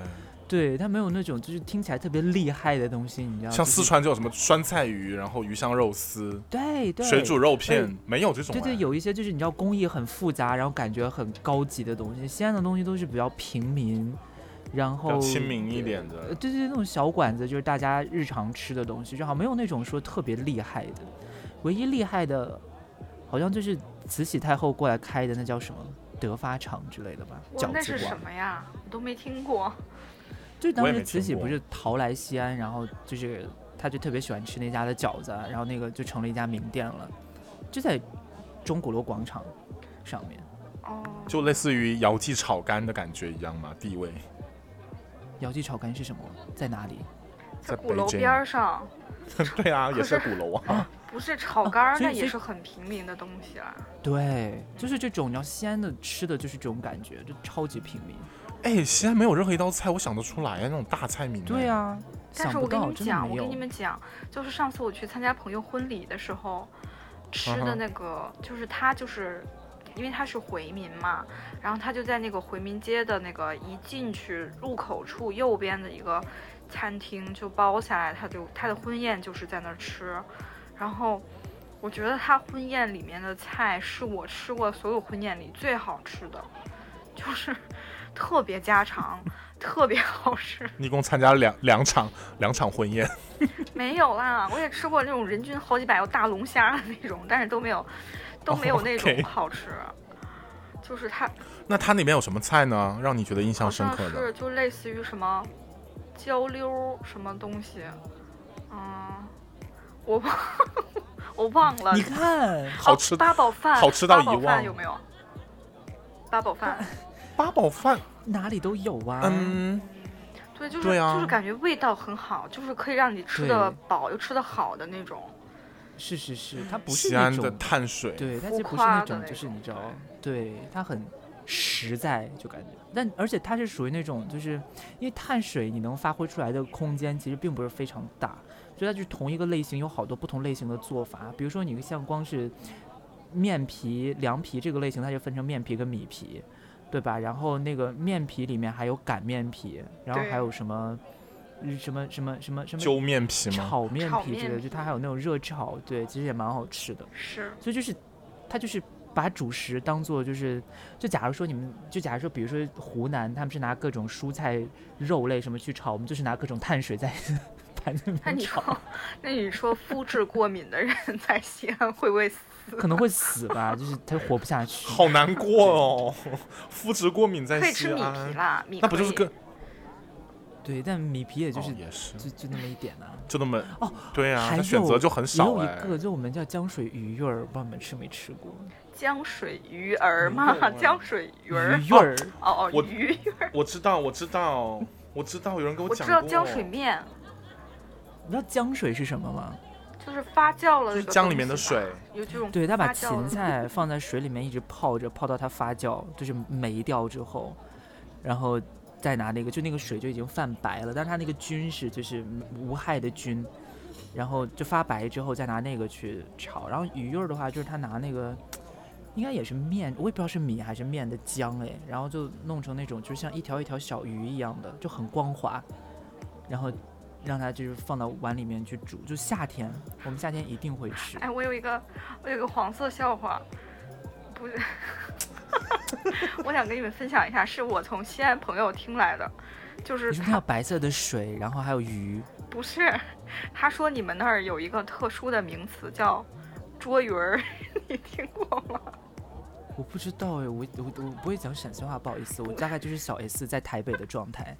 对，它没有那种就是听起来特别厉害的东西，你知道？
像
就是
四，川就有什么酸菜鱼，然后鱼香肉丝、
对对，
水煮肉
对
片，没有这种、哎。
对对，有一些就是你知道工艺很复杂，然后感觉很高级的东西。西安的东西都是比较平民，然
比较
后
亲民一点
呃，
的。
对对，对那种小馆子就是大家日常吃的东西，就好像没有那种说特别厉害的。唯一厉害的，好像就是慈禧太后过来开的那叫什么德发厂之类的吧，
我
饺
那
子
是什
馆。
么呀？我都没听过。
就当
我也
时
没
慈禧
听过
不是逃来西安，然后就是她就特别喜欢吃那家的饺子啊，然后那个就成了一家名店了，就在钟鼓楼广场上面。
哦，
就类似于姚记炒肝的感觉一样嘛，地位
姚记炒肝是什么？在哪里？
在
在
北
鼓楼
京
边儿上，
对啊，也
可
是在
是
鼓楼啊，
不是炒肝儿，
啊所以
那也
所以
是很平民的东西啦。
对，就是这种。你知道西安的吃的就是这种感觉，就超级平民。
哎，西安没有任何一道菜我想得出来啊，那种大菜名。
对，啊，
但
想
是我
不
跟你
到，
们
真的
讲，
没
我
有
跟你。们讲，就是上次我去参加朋友婚礼的时候，吃
嗯
的
哼
那个，就是他就是，因为他是回民嘛，然后他就在那个回民街的那个一进去入口处右边的一个餐厅就包下来，他就他的婚宴就是在那儿吃，然后。我觉得他婚宴里面的菜是我吃过所有婚宴里最好吃的，就是 特别家常，特别好吃。
你一共参加两两场两场婚宴，
没有啦，我也吃过那种人均好几百有大龙虾的那种，但是都没有，都没有那
哦 OK
种好吃。就是它
那它里面有什么菜呢？让你觉得印象
好
深
像
刻
是
的？
就类似于什么焦溜什么东西，嗯，我忘 我忘了。
你看，
好吃
哦八宝饭，
好吃到遗
八宝饭
忘
有没有？八宝饭，
八宝饭，
哪里都有啊。
嗯，
对，就是
对啊
就是感觉味道很好，就是可以让你吃的饱又吃的好的那种。
是是是，它不是
西
那
安的
种，
碳水，
对，它
浮
就不是
夸
那
的
种，
那
就是
种
你知道，对，它很实在，就感觉。但而且它是属于那种，就是因为碳水你能发挥出来的空间其实并不是非常大，所以它就是同一个类型有好多不同类型的做法。比如说你像光是面皮、凉皮这个类型，它就分成面皮跟米皮，对吧？然后那个面皮里面还有擀面皮，然后
对
还有什么嗯什么什么什么什么
揪面皮吗？
炒面
炒
皮之类
面
的，就它还有那种热炒，对，其实也蛮好吃的。
是，
所以就是，它就是把主食当做就是，就假如说你们，就假如说，比如说湖南，他们是拿各种蔬菜、肉类什么去炒，我们就是拿各种碳水在 盘子里
那
面
你
炒，
说，那你说肤质过敏的人 在西安会不会死？
可能会死吧，就是他活不下去。
好难过哦， 肤质过敏在
可以
西
吃米皮
安，
啦，米
那不
可
就是
以
跟
对，但米皮也就是、
哦也是
就就那么一点呢、
就那么
哦，
对啊，
还
它选择
有
就很
也
少
有
哎
一。个，就我们叫江水鱼圆儿，不知道你们吃没吃过？
江水鱼儿嘛
没 有啊，
江水鱼儿，
鱼圆儿，
哦
我
哦，鱼，
我知道，我知道，我知道，有人给
我
我
知
讲
道
过
江水面
你知道江水是什么吗？
就是发酵了
就
这
是
个
江里面的
东西 吧
水，
有这种
对，他把
发酵
芹
的
菜放在水里面一直泡着，泡到它发酵，就是霉掉之后，然后再拿那个，就那个水就已经泛白了，但是它那个菌是就是无害的菌，然后就发白之后再拿那个去炒，然后鱼肉的话就是他拿那个。应该也是面，我也不知道是米还是面的浆哎，然后就弄成那种就像一条一条小鱼一样的，就很光滑，然后让它就是放到碗里面去煮。就夏天，我们夏天一定会吃。
哎，我有一个，我有一个黄色笑话，不是， 我想跟你们分享一下，是我从西安朋友听来的，就是
你说它
他
有白色的水，然后还有鱼，
不是，他说你们那儿有一个特殊的名词叫捉鱼儿， 你听过吗？
我不知道哎，我我我不会讲陕西话，不好意思，我大概就是小 S 在台北的状态。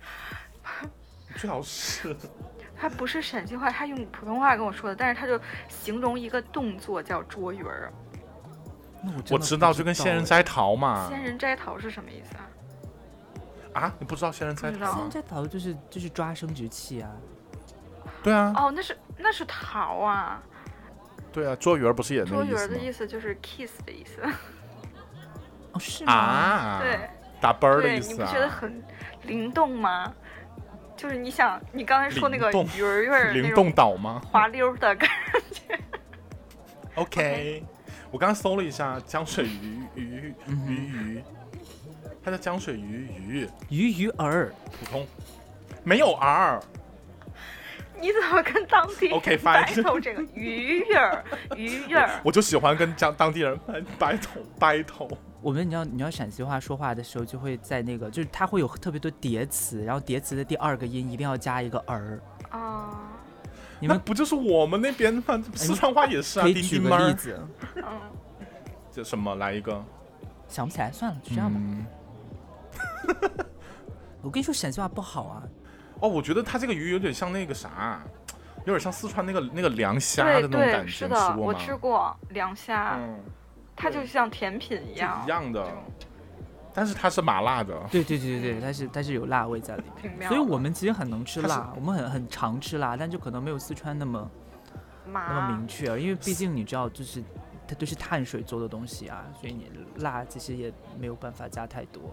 最好是
他不是陕西话，他用普通话跟我说的，但是他就形容一个动作叫捉鱼儿。
那我真的
我
不
知
知
道，就跟仙人
道哎
摘桃嘛
仙人摘桃是什么意思啊？
啊，你不知道仙人摘
不知
桃
哎
道
仙
吗
人？摘桃就是就是抓生殖器啊，
对啊，
哦，那是那是桃啊，
对啊，捉鱼儿不是也那
捉
个
鱼
意
儿
思啊
的
吗？
意思就是 kiss 的意思。
哦是吗？
啊，
对，
打啵儿的
对，
意
你
思
不
啊
觉，得很灵动吗？就是你想，你刚才说那
灵
个
动
鱼儿鱼儿 那
灵
种
动岛吗
滑溜的感觉，
？OK，我刚刚搜了一下江水鱼鱼
嗯哼
鱼鱼，它叫江水鱼鱼，
鱼鱼儿，
普通没有 R，
你怎么跟当地
OK，
人
fine
白头这个鱼鱼儿鱼鱼儿？
我就喜欢跟江当地人掰头掰头。
我们你知道你知道陕西话说话的时候，就会在那个就是它会有特别多叠词，然后叠词的第二个音一定要加一个儿。
哦，
你
那
们哎
不就是我们那边吗？四川话也是啊，
可以
丁
举
丁
个
妹
例
儿，
子，
嗯，
这什么来一个？
想不起来算了，就这样吧。
嗯
我跟你说，陕西话不好啊，
哦，我觉得它这个鱼有点像那个啥，有点像四川那个那个凉虾的
对
那种感
对，
觉，
是
你
的，
过
我
吗？
吃过凉虾，
嗯，
它
对
就像甜品一
就
样
一，样的
这种，
但是它是麻辣的。
对对对对对，它是它是有辣味在里面，
挺妙的。
所以我们其实很能吃
它是
辣，我们很很常吃辣，但就可能没有四川那么那么
麻
明确，因为毕竟你知道，就是它都是碳水做的东西啊，所以你辣其实也没有办法加太多。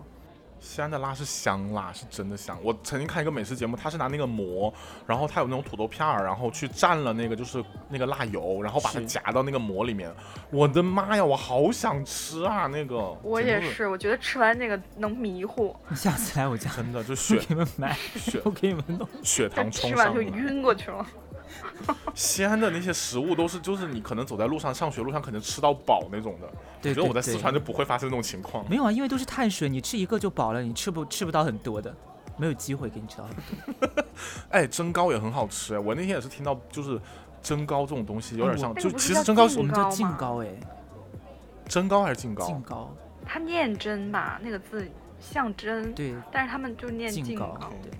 西安的辣是香辣，是真的香。我曾经看一个美食节目，他是拿那个馍，然后他有那种土豆片儿，然后去蘸了那个就是那个辣油，然后把它
是
夹到那个馍里面。我的妈呀，我好想吃啊！那个
我
简
也
直
是，我觉得吃完那个能迷糊，
你下次来我家，
真的，就
我
血
给你们买，
血
我给你们弄。
血
但
糖冲
吃
上
完就
来。
晕过去了。
西安的那些食物都是，就是你可能走在路上，上学路上可能吃到饱那种的。
对
我觉
对
得我在四
对
川就不会发生这种情况。
没有啊，因为都是碳水，你吃一个就饱了，你吃不吃不到很多的，没有机会给你吃到很多。
哎，蒸糕也很好吃。哎我那天也是听到，就是蒸糕这种东西有点
我
像，
那
就
个不是
其
叫
实蒸糕
甑
是
我们
糕
叫
吗
净高哎，
蒸糕还是净糕？
净高，
它念真吧，那个字像真，
对，
但是他们就念
净
进
高
口，
对。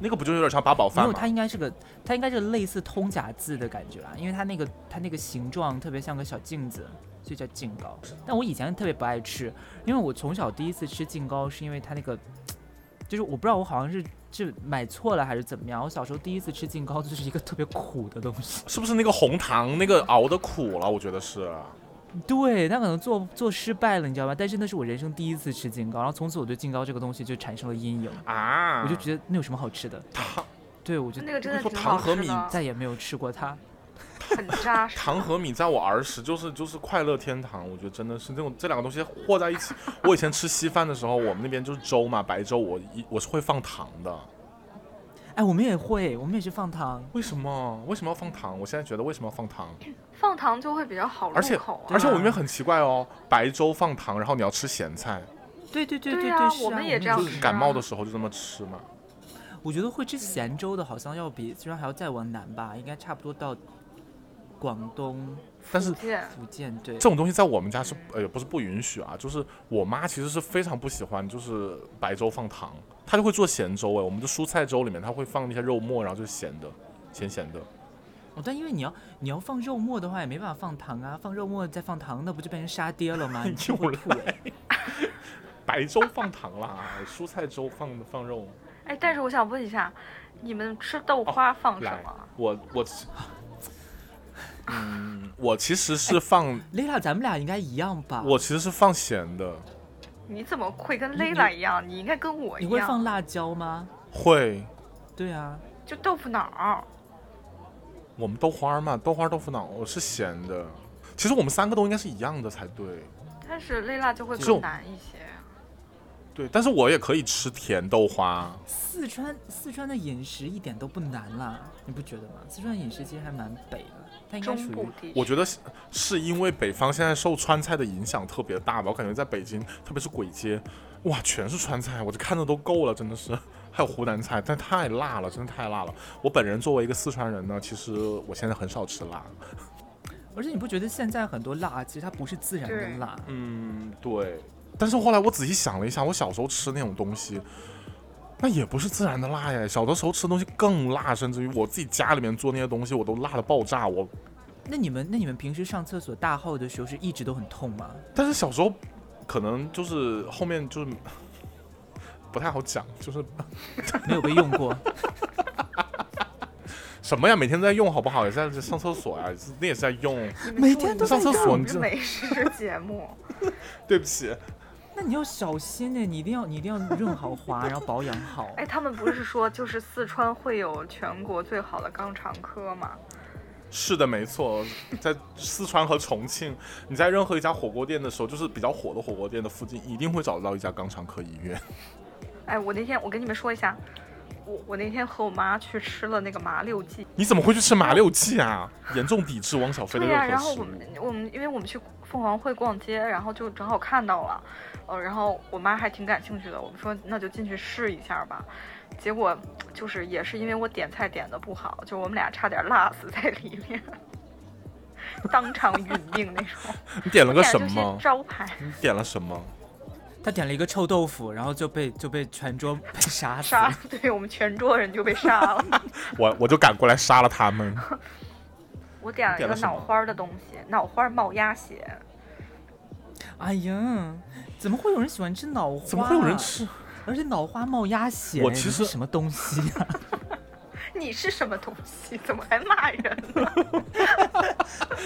那个不就有点像八宝
没
饭
有，
吗？
它应该是个，它应该是类似通假字的感觉啦，因为它那个它那个形状特别像个小镜子，所以叫镜糕。但我以前特别不爱吃，因为我从小第一次吃镜糕是因为它那个，就是我不知道我好像是是买错了还是怎么样，我小时候第一次吃镜糕就是一个特别苦的东西，
是不是那个红糖那个熬的苦了？我觉得是。
对，它可能做做失败了，你知道吧？但是那是我人生第一次吃镜糕，然后从此我对镜糕这个东西就产生了阴影，
啊，
我就觉得那有什么好吃的？
糖
对，我就
那个真的
说
挺
糖
好
和
吃
米
的，
再也没有吃过它。
很 扎实。
糖和米在我儿时就是就是快乐天堂，我觉得真的是这种这两个东西和在一起。我以前吃稀饭的时候，我们那边就是粥嘛，白粥，我一我是会放糖的。
哎，我们也会，我们也是放糖。
为什么？为什么要放糖？我现在觉得为什么要放糖？
放糖就会比较哎好入
而且
口啊。
而且我们那边很奇怪哦，白粥放糖，然后你要吃咸菜，
对对对
对
对
啊
是
我
啊
们也这样
就
子
是
吃
感
啊
冒的时候就这么吃嘛。
我觉得会吃咸粥的，好像要比虽然还要再往南吧，应该差不多到广东、
但是
见
福建。对
这，种东西在我们家是呃不是不允许啊，就是我妈其实是非常不喜欢就是白粥放糖，她就会做咸粥哎、我们的蔬菜粥里面她会放那些肉末，然后就是咸的，咸咸的。
哦，但因为你要你要放肉末的话，也没办法放糖啊，放肉末再放糖，那不就变成沙爹了吗？你就会吐哎。
白粥放糖啦，蔬菜粥放放肉。
哎，但是我想问一下，你们吃豆花放什
哦来
么？，
我我， 嗯，我其实是放、
哎雷拉，咱们俩应该一样吧？
我其实是放咸的，
你怎么会跟
你
Layla 一样？你应该跟我一
你会
样，
放辣椒吗？
会，
对啊，
就豆腐脑儿。
我们豆花嘛，豆花豆腐脑我是咸的。其实我们三个都应该是一样的才对，
但是 Layla 就会
就
更难一些。
对，但是我也可以吃甜豆花。
四川四川的饮食一点都不难啦，你不觉得吗？四川饮食其实还蛮北的，它应该
中
属
部
于
地区，
我觉得是是因为北方现在受川菜的影响特别大吧，我感觉在北京，特别是簋街，哇，全是川菜，我就看着都够了，真的是。还有湖南菜，但太辣了，真的太辣了。我本人作为一个四川人呢，其实我现在很少吃辣。
而且你不觉得现在很多辣，其实它不是自然
对
的辣，
嗯，对。但是后来我仔细想了一下，我小时候吃那种东西，那也不是自然的辣呀。小的时候吃的东西更辣，甚至于我自己家里面做那些东西，我都辣的爆炸。我
那你们那你们平时上厕所大号的时候是一直都很痛吗？
但是小时候可能就是后面就是不太好讲，就是
没有被用过，
什么呀，每天在用好不好？也在上厕啊所呀，你也是在用。
你们
每
注
天
意
都
上
在
厕
用
所你
你们
知道
美食节目，
对不起，
那你要小心呢、欸你一定要你一定要润好 滑，然后保养好。
哎，他们不是说就是四川会有全国最好的肛肠科吗？
是的，没错，在四川和重庆，你在任何一家火锅店的时候，就是比较火的火锅店的附近，一定会找到一家肛肠科医院。
哎，我那天我跟你们说一下，我我那天和我妈去吃了那个麻六记，
你怎么会去吃麻六记啊？严重抵制汪小菲的
对
任
呀、
何
然后
食
我
物。
们我们因为我们去凤凰会逛街，然后就正好看到了，呃，然后我妈还挺感兴趣的，我们说那就进去试一下吧。结果就是也是因为我点菜点的不好，就我们俩差点辣死在里面，当场殒命那 种。
你点了
我
个
点
什
就
么
些？招牌，
你点了什么？
他点了一个臭豆腐，然后就被就被全桌被杀死。
杀， 对我们全桌人就被杀了。
我我就赶过来杀了他们。
我点了一
点
个
了什
脑
么
花儿的东西，脑花儿冒鸭血，
哎呀，怎么会有人喜欢吃脑花？啊
怎么会有人？吃？
而且脑花冒鸭血，
我其实
你是什么东西啊 呀、
你是什么东西？ 怎么还骂人呢？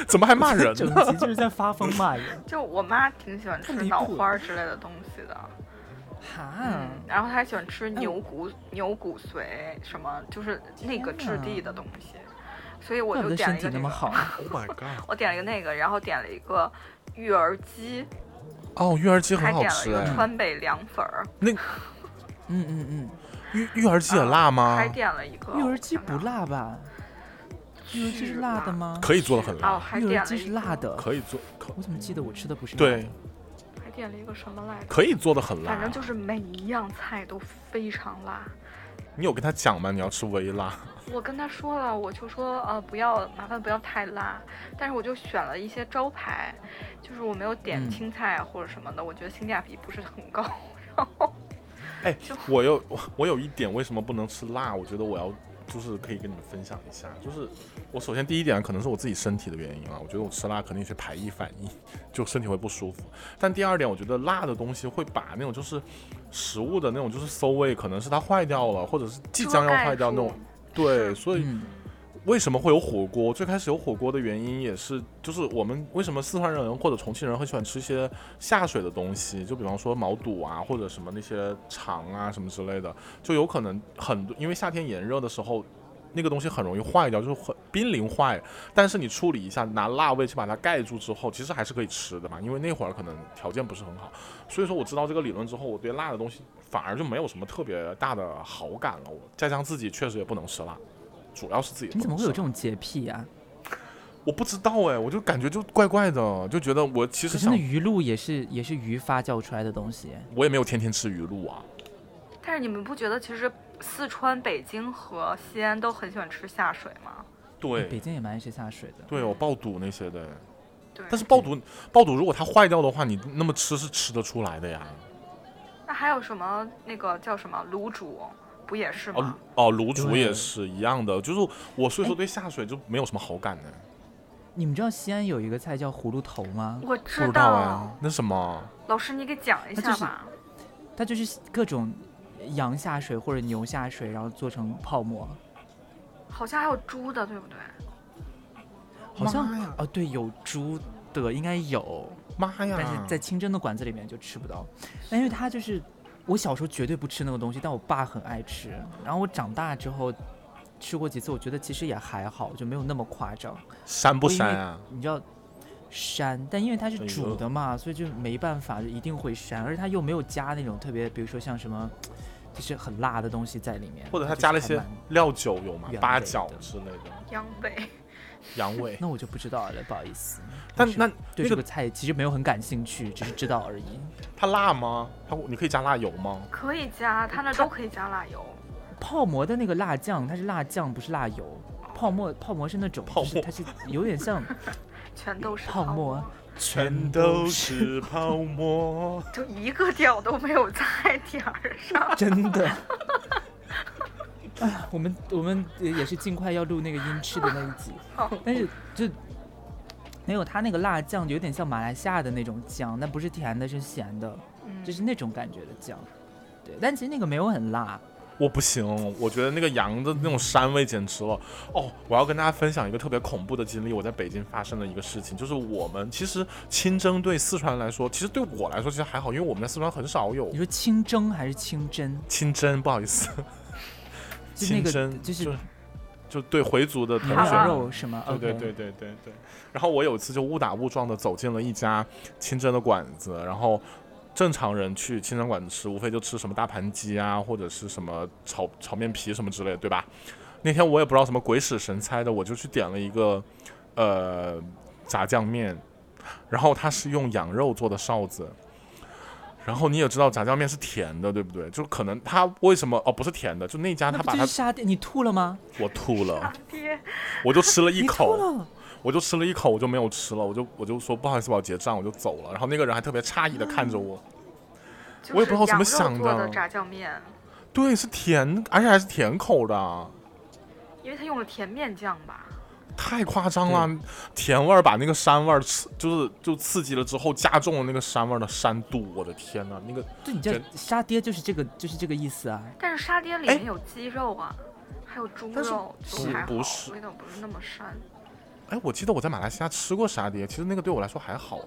怎么还骂人啊
整
呢？
集就是在发疯骂 人。
就我妈挺喜欢吃
太离谱
脑
了
花儿之类的东西的，啊
哈
嗯，，然后她还喜欢吃牛骨、牛骨髓什么，就是那个质地的东西，所以我
怪不
就
得
点
身
了一
体
个
那
那
么
个，
好。
Oh my god！
我点了一个那个，然后点了一个育儿鸡，
哦，育儿鸡
还
很好
点了一
吃
个
哎。
川北凉粉儿，
那
嗯嗯
育育儿鸡也辣吗
还？点了一个
嗯，育儿鸡
我想
不
想，
辣吧？育儿鸡是
是
辣
辣
的吗？
可以做的很
哦，
辣，
还
育
点
儿
了
鸡
一
是
个
辣，的。
可以做可
我怎么记得我吃的不是辣的
对？
还点了一个什么来着？
可以做的很辣。
反正就是每一样菜都非常辣。
你有跟他讲吗？你要吃微辣。
我跟他说了，我就说呃不要麻烦不要太辣，但是我就选了一些招牌，就是我没有点
嗯
青菜啊或者什么的，我觉得性价比不是很 高。
哎
就，
我有 我我有一点为什么不能吃辣？我觉得我要就是可以跟你们分享一下，就是我首先第一点可能是我自己身体的原因啊，我觉得我吃辣肯定是排异反应， 就身体会不舒服。但第二点，我觉得辣的东西会把那种就是食物的那种就是馊味，可能是它坏掉了，或者是即将要坏掉那种。对，所以
嗯，
为什么会有火锅？最开始有火锅的原因也是，就是我们为什么四川人或者重庆人很喜欢吃一些下水的东西，就比方说毛肚啊，或者什么那些肠啊什么之类的，就有可能很多，因为夏天炎热的时候，那个东西很容易坏掉，就是很濒临坏。但是你处理一下，拿辣味去把它盖住之后，其实还是可以吃的嘛，因为那会儿可能条件不是很好。所以说我知道这个理论之后，我对辣的东西反而就没有什么特别大的好感了。我再加上自己确实也不能吃辣。主要是自己不
你怎么
能
会有
吃
这种洁癖啊呀、
我不知道哎，我就感觉就怪怪的，就觉得我其
可
实
是那
想，
鱼露也是也是鱼发酵出来的东西。
我也没有天天吃鱼露啊。
但是你们不觉得其实四川、北京和西安都很喜欢吃下水吗？
北
对，
京也蛮爱吃下水的。
对哦，爆肚那些的。
对，
但是爆肚，爆肚如果它坏掉的话，你那么吃是吃得出来的呀。
那还有什么那个叫什么卤煮，不也是
哦
吗？
哦，卤煮
对
也是一样的，就是我所以说对下水就没有什么好感呢。
你们知道西安有一个菜叫葫芦头吗？
不
我知
知道哎，那什么？
老师你给讲一
那
下
就是
吧。
它就是各种羊下水或者牛下水，然后做成泡沫。
好像还有猪的，对不对？
好像
妈呀
哦，对，有猪的应该有，
妈呀！
但是在清真的馆子里面就吃不到，但因为它就是我小时候绝对不吃那个东西，但我爸很爱吃，然后我长大之后吃过几次，我觉得其实也还好，就没有那么夸张。
膻不膻啊？
你知道膻，但因为它是
哎呦
煮的嘛，所以就没办法，就一定会膻，而且它又没有加那种特别，比如说像什么就是很辣的东西在里面，
或者他
就是
加了一
还
些
蛮
料酒有吗
原味？的
八角之类的，
羊尾，
羊 尾。
那我就不知道了，不好意思。
但
就是
那
对
那
这
个
个菜其实没有很感兴趣，只是知道而已。
它辣吗？它你可以加辣油吗？
可以加，它那都可以加辣油。
泡馍的那个辣酱，它是辣酱，不是辣油。泡沫泡馍是那种，
泡
就是
沫
它是有点像
全都是
泡
沫
沫，，
全都是泡沫。
就一个调都没有在点儿上。
真的。哎呀，我们我们呃也是尽快要录那个音翅的那一集
好，
但是就没有它那个辣酱，有点像马来西亚的那种酱，但不是甜的，是咸的，
嗯
就是那种感觉的酱。对，但其实那个没有很辣，
我不行，我觉得那个羊的那种膻味简直了。哦，我要跟大家分享一个特别恐怖的经历，我在北京发生的一个事情，就是我们其实清蒸对四川来说，其实对我来说其实还好，因为我们在四川很少有
你说清蒸还是清真？
清蒸，不好意思，
就那
清
个
蒸
就是
就就对回族的同
牛
学
羊
们
啊
肉是吗？
对对
OK
对对对对。然后我有一次就误打误撞的走进了一家清真的馆子，然后正常人去清真馆子吃，无非就吃什么大盘鸡啊，或者是什么炒炒面皮什么之类的，对吧？那天我也不知道什么鬼使神差的，我就去点了一个呃炸酱面，然后它是用羊肉做的臊子。然后你也知道炸酱面是甜的，对不对？就可能它为什么哦不是甜的，就那家
那
它
不
把
就
它
是沙爹？你吐了吗？
我吐了
大，爹，
我就吃了一
你
口
吐，了，
我就吃了一口，我就没有吃了，我就我就说不好意思，我要结账，我就走了。然后那个人还特别诧异的看着我，
就是
我也不知道我怎么
羊肉
想的
做的炸酱面，
对，是甜，而且还是甜口的，啊
因为它用了甜面酱吧。
太夸张了，甜味儿把那个膻味儿刺，就是就刺激了之后，加重了那个膻味儿的膻度，我的天呐，那个
对，你这
真
沙爹就是这个，就是这个意思啊。
但是沙爹里
哎
面有鸡肉啊，还有猪
但是
肉，
不
都还好
不是
味道不是那么膻。
哎，我记得我在马来西亚吃过沙爹，其实那个对我来说还好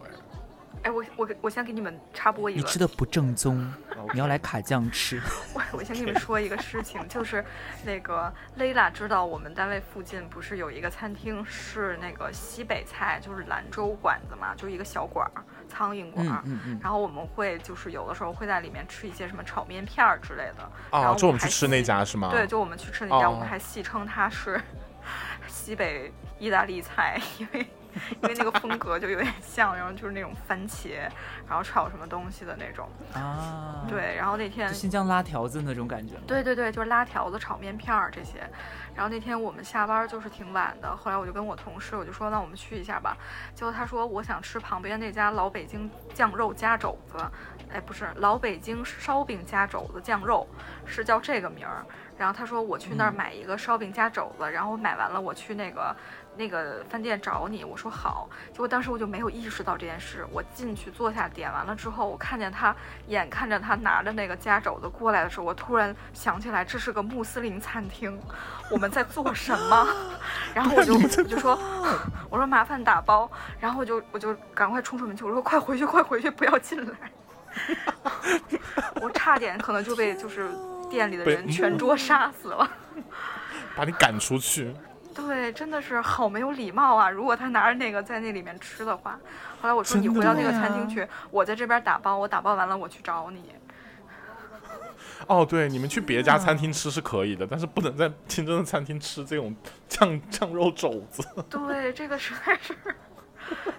哎，我我我先给你们插播一
你
个
吃，的不正宗，
哎，
你要来卡酱 吃。
我我先跟你们说一个事情，就是那个 Layla 知道我们单位附近不是有一个餐厅是那个西北菜，就是兰州馆子嘛，就是一个小馆儿，苍蝇馆
嗯
儿。
嗯嗯，
然后我们会就是有的时候会在里面吃一些什么炒面片儿之类的。然
啊，
后
就我们
还
去吃那
细
家是吗？
对，就我们去吃那家，
哦
我们还戏称它是 西北意大利菜，因为 因为那个风格就有点像，然后就是那种番茄，然后炒什么东西的那种。
啊，，
嗯
对，然后那天
就新疆拉条子那种感觉。，
对对对，就是拉条子、炒面片儿这些。然后那天我们下班就是挺晚的，后来我就跟我同事，我就说那我们去一下吧。结果他说我想吃旁边那家老北京酱肉夹肘子，哎，不是老北京烧饼夹肘子酱肉，是叫这个名儿。然后他说我去那儿
嗯
买一个烧饼夹肘子，然后买完了我去那个那个饭店找你。我说好，结果当时我就没有意识到这件事。我进去坐下，点完了之后，我看见他眼看着他拿着那个夹肘子过来的时候，我突然想起来这是个穆斯林餐厅，我们在做 什么？然后我就我就说，我说麻烦打包，然后我就我就赶快冲出门去，我说快回去，快回去，不要进来。 我差点可能就被就是店里的
被嗯
人全桌杀死了。
把你赶出去。
对，真的是好没有礼貌啊！如果他拿着那个在那里面吃的话，后来我说
真
你
的
回到那个
对啊
餐厅去，我在这边打包，我打包完了我去找你。
哦，对，你们去别家餐厅吃是可以的，但是不能在清真的餐厅吃这种酱酱肉肘子。
对，这个实在是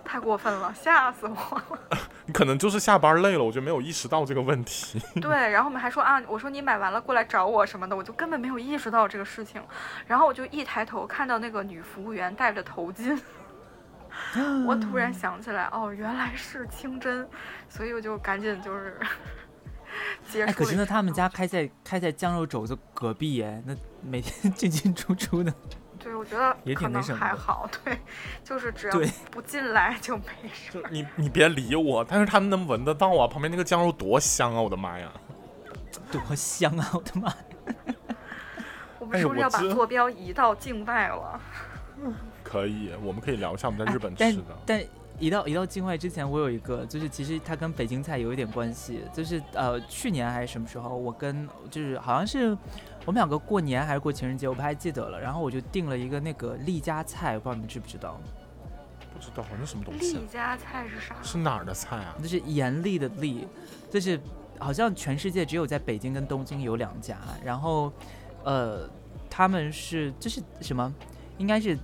太过分了，吓死我了。
你可能就是下班累了，我就没有意识到这个问题。
对，然后我们还说啊，我说你买完了过来找我什么的，我就根本没有意识到这个事情。然后我就一抬头看到那个女服务员戴着头巾，我
嗯
突然想起来，哦，原来是清真，所以我就赶紧就是 结
哎，
束
可
了
是
一
呢，
下。
他们家开在开在酱肉肘子隔壁耶，那每天 进进出出的。
对，我觉得
也
可
挺那
能
什么
还
的
好，对，就是只要
对
不进来就没事。
就你你别理我，但是他们能闻得到啊，旁边那个酱肉多香啊！我的妈呀，
多香啊！我的妈！
我
哎
们是不是
我
要把
知
坐标移到境外了？
可以，我们可以聊一下我们在
哎
日本吃
但
的。
但移到移到境外之前，我有一个，就是其实它跟北京菜有一点关系，就是呃去年还是什么时候，我跟就是好像是我们两个过年还是过情人节，我不太记得了。然后我就订了一个那个丽家菜，不知道你们知不知道，
不知道那什么东西啊
丽？家菜是啥？
是哪儿的菜啊？
就是严厉的厉，就是好像全世界只有在北京跟东京有两家，然后呃他们是这是什么？应该是呃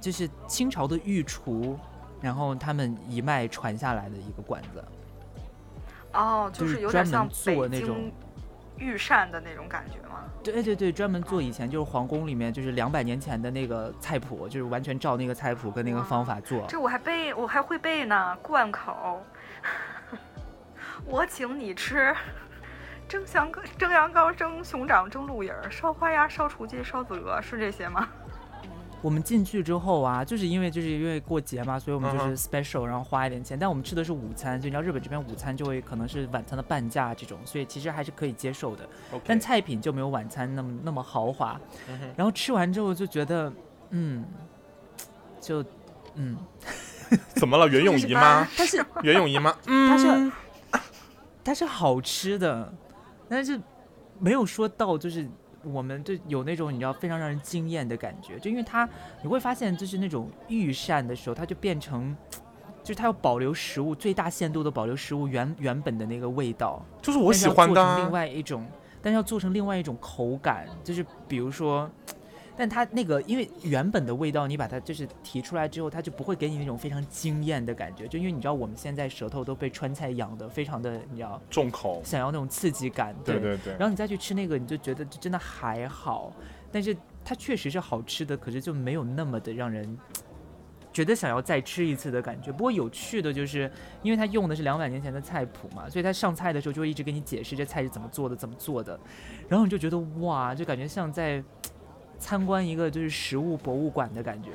就是清朝的御厨。然后他们一脉传下来的一个馆子，
哦，就
就是
是有
专
点
门
像北
做那种
京御膳的那种感觉吗？
对对对，专门做以前就是皇宫里面就是两百年前的那个菜谱，就是完全照那个菜谱跟那个方法做。
这我还背，我还会背呢，贯口。 我请你吃蒸羊羔、蒸羊羔、蒸熊掌、蒸鹿尾儿、烧花鸭、烧雏鸡、烧子鹅，是这些吗？
我们进去之后啊，就是因为就是因为过节嘛，所以我们就
嗯
是 special，、然后花一点钱。但我们吃的是午餐，所以你知道日本这边午餐就会可能是晚餐的半价这种，所以其实还是可以接受的。
OK
但菜品就没有晚餐那么那么豪华。
嗯哼
然后吃完之后就觉得，嗯，就嗯，
怎么了？ 袁咏仪 吗？
但是
袁咏仪吗？
它
嗯
是它是好吃的，但是没有说到就是我们就有那种你知道非常让人惊艳的感觉，就因为它你会发现就是那种御膳的时候，它就变成就是它要保留食物最大限度的保留食物原原本的那个味道，
就是我
但是
喜
要
欢
做
的
成另
啊。
外一种，但是要做成另外一种口感，就是比如说。但它那个，因为原本的味道，你把它就是提出来之后，它就不会给你那种非常惊艳的感觉。就因为你知道，我们现在舌头都被川菜养的非常的，你知道，
重口。
想要那种刺激感，
对对对
然。后你再去吃那个，你就觉得就真的还好，但是它确实是好吃的，可是就没有那么的让人觉得想要再吃一次的感觉。不过有趣的就是，因为它用的是两百年前的菜谱嘛，所以它上菜的时候就会一直给你解释这菜是怎么做的，怎么做的，然后你就觉得哇，就感觉像在参观一个就是食物博物馆的感觉。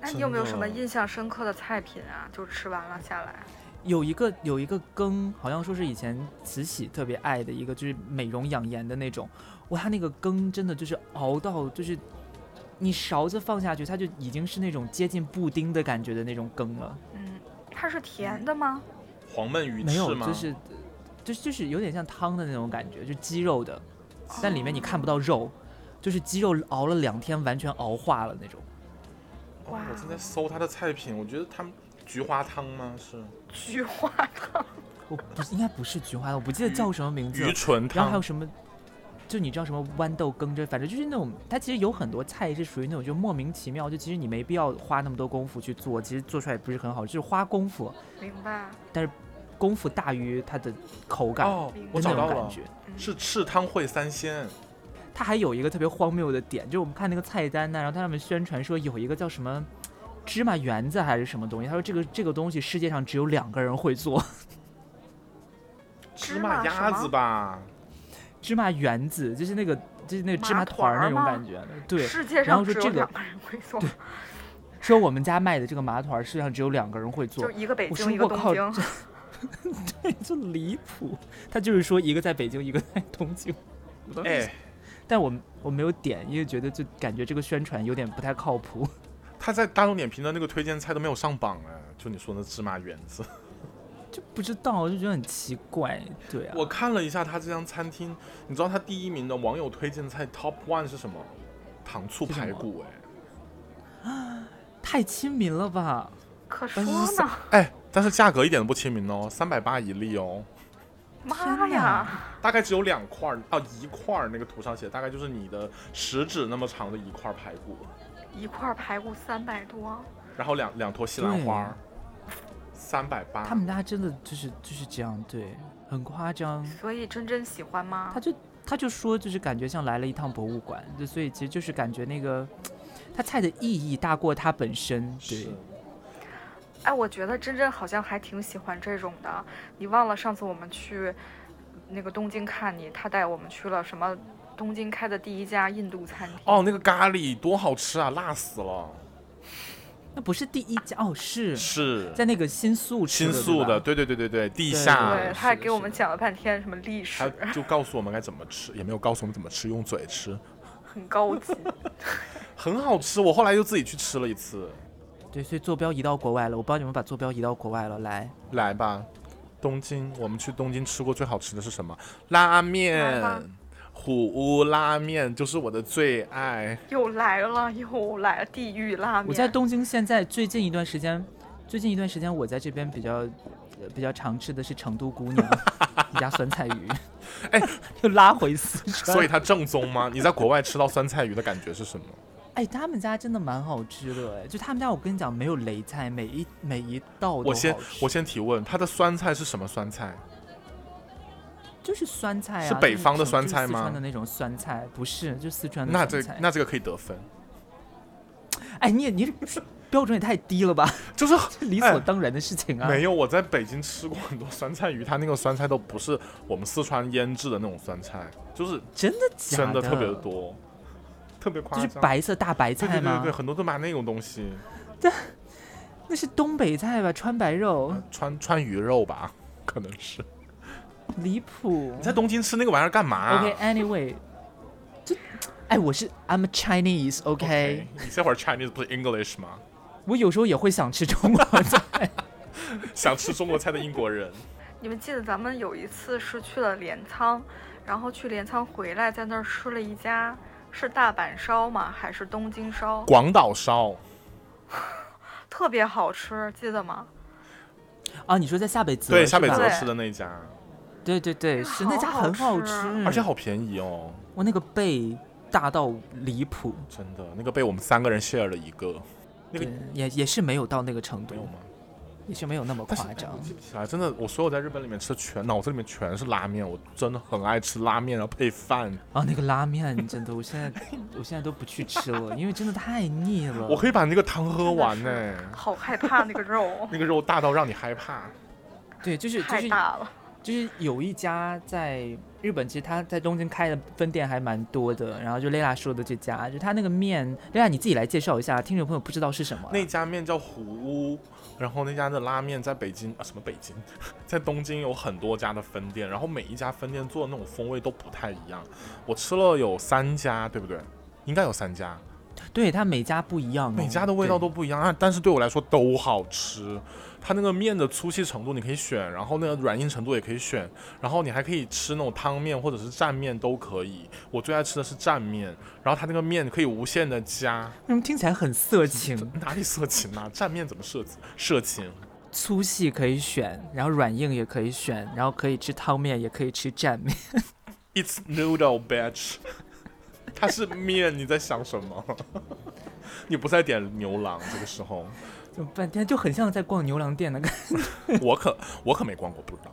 那你有没有
真的
什么印象深刻的菜品啊？就吃完了下来，
有一个有一个羹，好像说是以前慈禧特别爱的一个，就是美容养颜的那种。哇，它那个羹真的就是熬到，就是你勺子放下去，它就已经是那种接近布丁的感觉的那种羹了。
嗯，它是甜的吗？
黄焖鱼
没有
翅，吗？
就是就是就是有点像汤的那种感觉，就鸡肉的，但里面你看不到肉，就是鸡肉熬了两天，完全熬化了那种。
哇哦我正在搜他的菜品，我觉得他们菊花汤吗？是
菊花
我不是应该不是菊花，我不记得叫什么名字了
鱼。唇
然后还有
汤。哦
什么？就你知道什么豌豆羹这，反正就是那种，它其实有很多菜是属于那种就莫名其妙，就其实你没必要花那么多功夫去做，其实做出来也不是很好，就是花功夫，
明白。
功夫大于它的口感
哦
感，
我
的
找
那
到
种
了
感，觉。
是赤汤烩三鲜。
它还有一个特别荒谬的点，就是我们看那个菜单呢，然后它上面宣传说有一个叫什么芝麻圆子还是什么东西，他说这个这个东西世界上只有两个人会做，
芝
芝
麻
麻
鸭
什么
子吧，
芝麻圆子就是那个就是那个芝麻
麻
团儿
团
那
儿
种
吗
感觉，对。
世界
然
上
后
只
说
有
这个
两个人会做，
说我们家卖的这个麻团儿，世界上只有两个人会做
就，一个北
我
京，
说
一个
我
东
靠，
京。
对， 就离谱。他就是说一个在北京，一个在东京。
哎，
但我我没有点，因为觉得就感觉这个宣传有点不太靠谱。
他在大众点评的那个推荐菜都没有上榜哎，就你说那芝麻圆 子。
就不知道，我就觉得很奇怪。对啊，
我看了一下他这家餐厅，你知道他第一名的网友推荐菜 top one 是什么？糖醋
是什
排
么
骨哎。
太亲民了
啊
吧？
可说
但是是
呢，
哎，但是价格一点都不亲民哦，三百八一粒哦，
妈
天
呀！
哪！
大概只有两块儿啊，一块儿那个图上写，大概就是你的食指那么长的一块排骨，
一块排骨三百多，
然后两两坨西兰花，三百八。
他们家真的就是就是这样，对，很夸张。
所以真真喜欢吗
他？就他就说，就是感觉像来了一趟博物馆，就所以其实就是感觉那个。他菜的意义大过它本身，对
是，
哎，我觉得真真好像还挺喜欢这种的。你忘了上次我们去那个东京看你，他带我们去了什么东京开的第一家印度餐厅？
哦，那个咖喱多好吃啊，辣死了！
那不是第一家哦，是
是
在那个新宿吃
新
对
宿
吧
的，对对对对对，地
对
下。
对，
啊是
他还
的
给我
是
们
的
讲了半天什么历
他
史，
就告诉我们该怎么吃，也没有告诉我们怎么吃，用嘴吃，
很高级。
很好吃。我后来又自己去吃了一次，
对，所以坐标移到国外了，我帮你们把坐标移到国外了，来，
来吧，东京，我们去东京吃过最好吃的是什么？拉
来吧
面，虎屋拉面就是我的最爱。
又来了，又来了，地狱拉面。
我在东京现在最近一段时间，最近一段时间我在这边比较呃比较常吃的是成都姑娘 加酸菜 鱼，
哎，
又拉回四川，
所以它正宗吗？你在国外吃到酸菜鱼的感觉是什么？
哎，他们家真的蛮好吃的，哎，就他们家我跟你讲没有雷菜，每一每一道都
我
好吃
先，我先提问，它的酸菜是什么酸菜？
就是酸菜啊，
是北
就是
方的
成
酸
就是
菜
四
吗
川的那种酸菜不是，就四川的
那
酸
这
菜。
那这个可以得分，
哎，你也你这标准也太低了吧，
就是
这理所当然的事情啊。
没有，我在北京吃过很多酸菜鱼，它那个酸菜都不是我们四川腌制的那种酸菜，就是
真的假
真的特别多，特别夸
就
张。
是白色大
对
白
对
菜
对
吗？嗯
对，很多都买那种东西，
那是东北菜吧？川白肉，
呃川川鱼肉吧， 可能是。
嗯离谱
你。在东京吃那个玩意儿干嘛、啊
OK，Anyway，、就哎，我是 I'm a Chinese，OK，、
OK，你这会儿 Chinese 不是 English 吗？
我有时候也会想吃 中国菜。
想吃中国菜的英国 人，
你们记得咱们有一次是去了镰仓，然后去镰仓回来，在那儿吃了一家是大阪烧吗？还是东京烧？
广岛烧，
特别好吃，记得吗？
啊，你说在下北泽
对，
是
下北
吧
泽
对
吃的那家，
对对对，是
好
那家
好
很好
吃
吃，
而且好便宜哦，
我那个背大到离谱，
真的，那个被我们三个人 share 了一个，那个
对，也也是没有到那个程度
没有，吗？
也是没有那么
但是哎
夸 张
我。记不起来，真的，我所有在日本里面吃的全，脑子里面全是拉面，我真的很爱吃拉面，然后配饭。
啊，那个拉面真的，我现在我现在都不去吃了，因为真的太腻了。
我可以把那个汤喝完呢、，
好害怕那个肉
那个肉大到让你害怕。
对，就是就
太
是
大了。
就是有一家在日本，其实他在东京开的分店还蛮多的。然后就 Lila 说的这家，就他那个面，Lila 你自己来介绍一下，听众朋友不知道是什么啊。
那家面叫虎屋，然后那家的拉面在北京啊，什么北京， 在东京有很多家的分店，然后每一家分店做的那种风味都不太一样。我吃了有三家，对不对？应该有三家，
对，它每家不一样哦、
每家的味道
对
都不一样啊，但是对我来说都好吃。它那个面的粗细程度你可以选，然后那个软硬程度也可以选，然后你还可以吃那种汤面或者是蘸面都可以。我最爱吃的是蘸面，然后它那个面可以无限的加，
为什么听起来很色情？
哪里色情 啊？蘸面怎么色情？色情？
粗细可以选，然后软硬也可以选，然后可以吃汤面，也可以吃蘸面。
It's noodle, bitch。它是面，你在想什么？ 你不再点牛郎这个时候，
怎么半天就很像在逛牛郎店的感觉。
我可我可没逛过，不知道。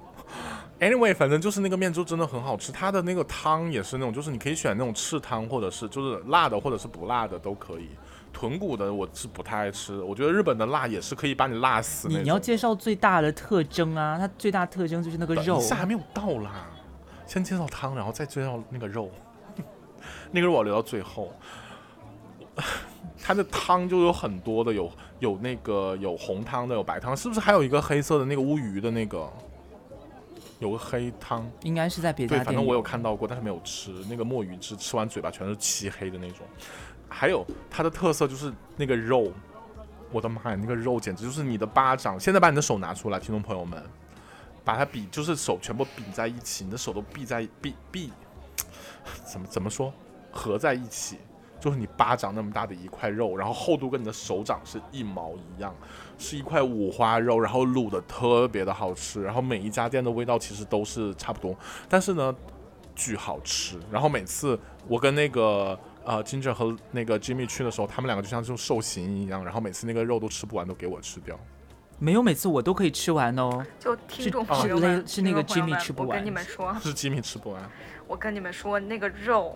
Anyway，反正就是那个面就真的很好吃，它的那个汤也是那种，就是你可以选那种赤汤，或者是就是辣的，或者是不辣的都可以。豚骨的我是不太爱吃，我觉得日本的辣也是可以把你辣死那
你
种。
你要介绍最大的特征啊，它最大特征就是那个
等
肉
一。下还没有到啦，先介绍汤，然后再介绍那个肉， 那个肉我留到最后。 它的汤就有很多的，有有那个有红汤的，有白汤，是不是还有一个黑色的那个乌鱼的那个？有个黑汤，
应该是在别
对，
家
反
店
正我有
里。
看到过，但是没有吃。那个墨鱼汁吃完嘴巴全是漆黑的那种。还有它的特色就是那个肉，我的妈呀，那个肉简直就是你的巴掌！现在把你的手拿出来，听众朋友们，把它比就是手全部比在一起，你的手都闭在闭闭，怎么怎么说合在一起，就是你巴掌那么大的一块肉，然后厚度跟你的手掌是一毛一样，是一块五花肉，然后卤的特别的好吃，然后每一家店的味道其实都是差不多，但是呢，巨好吃。然后每次我跟那个呃 Ginger 和那个 Jimmy 去的时候，他们两个就像就受刑一样，然后每次那个肉都吃不完，都给我吃掉。
没有每次我都可以吃完哦。
就听众朋
是
友
勒
们，
是那个
听众朋友
Jimmy
们
吃不
我
完
跟你们说，
是 Jimmy 吃不完，
我跟你们说，那个肉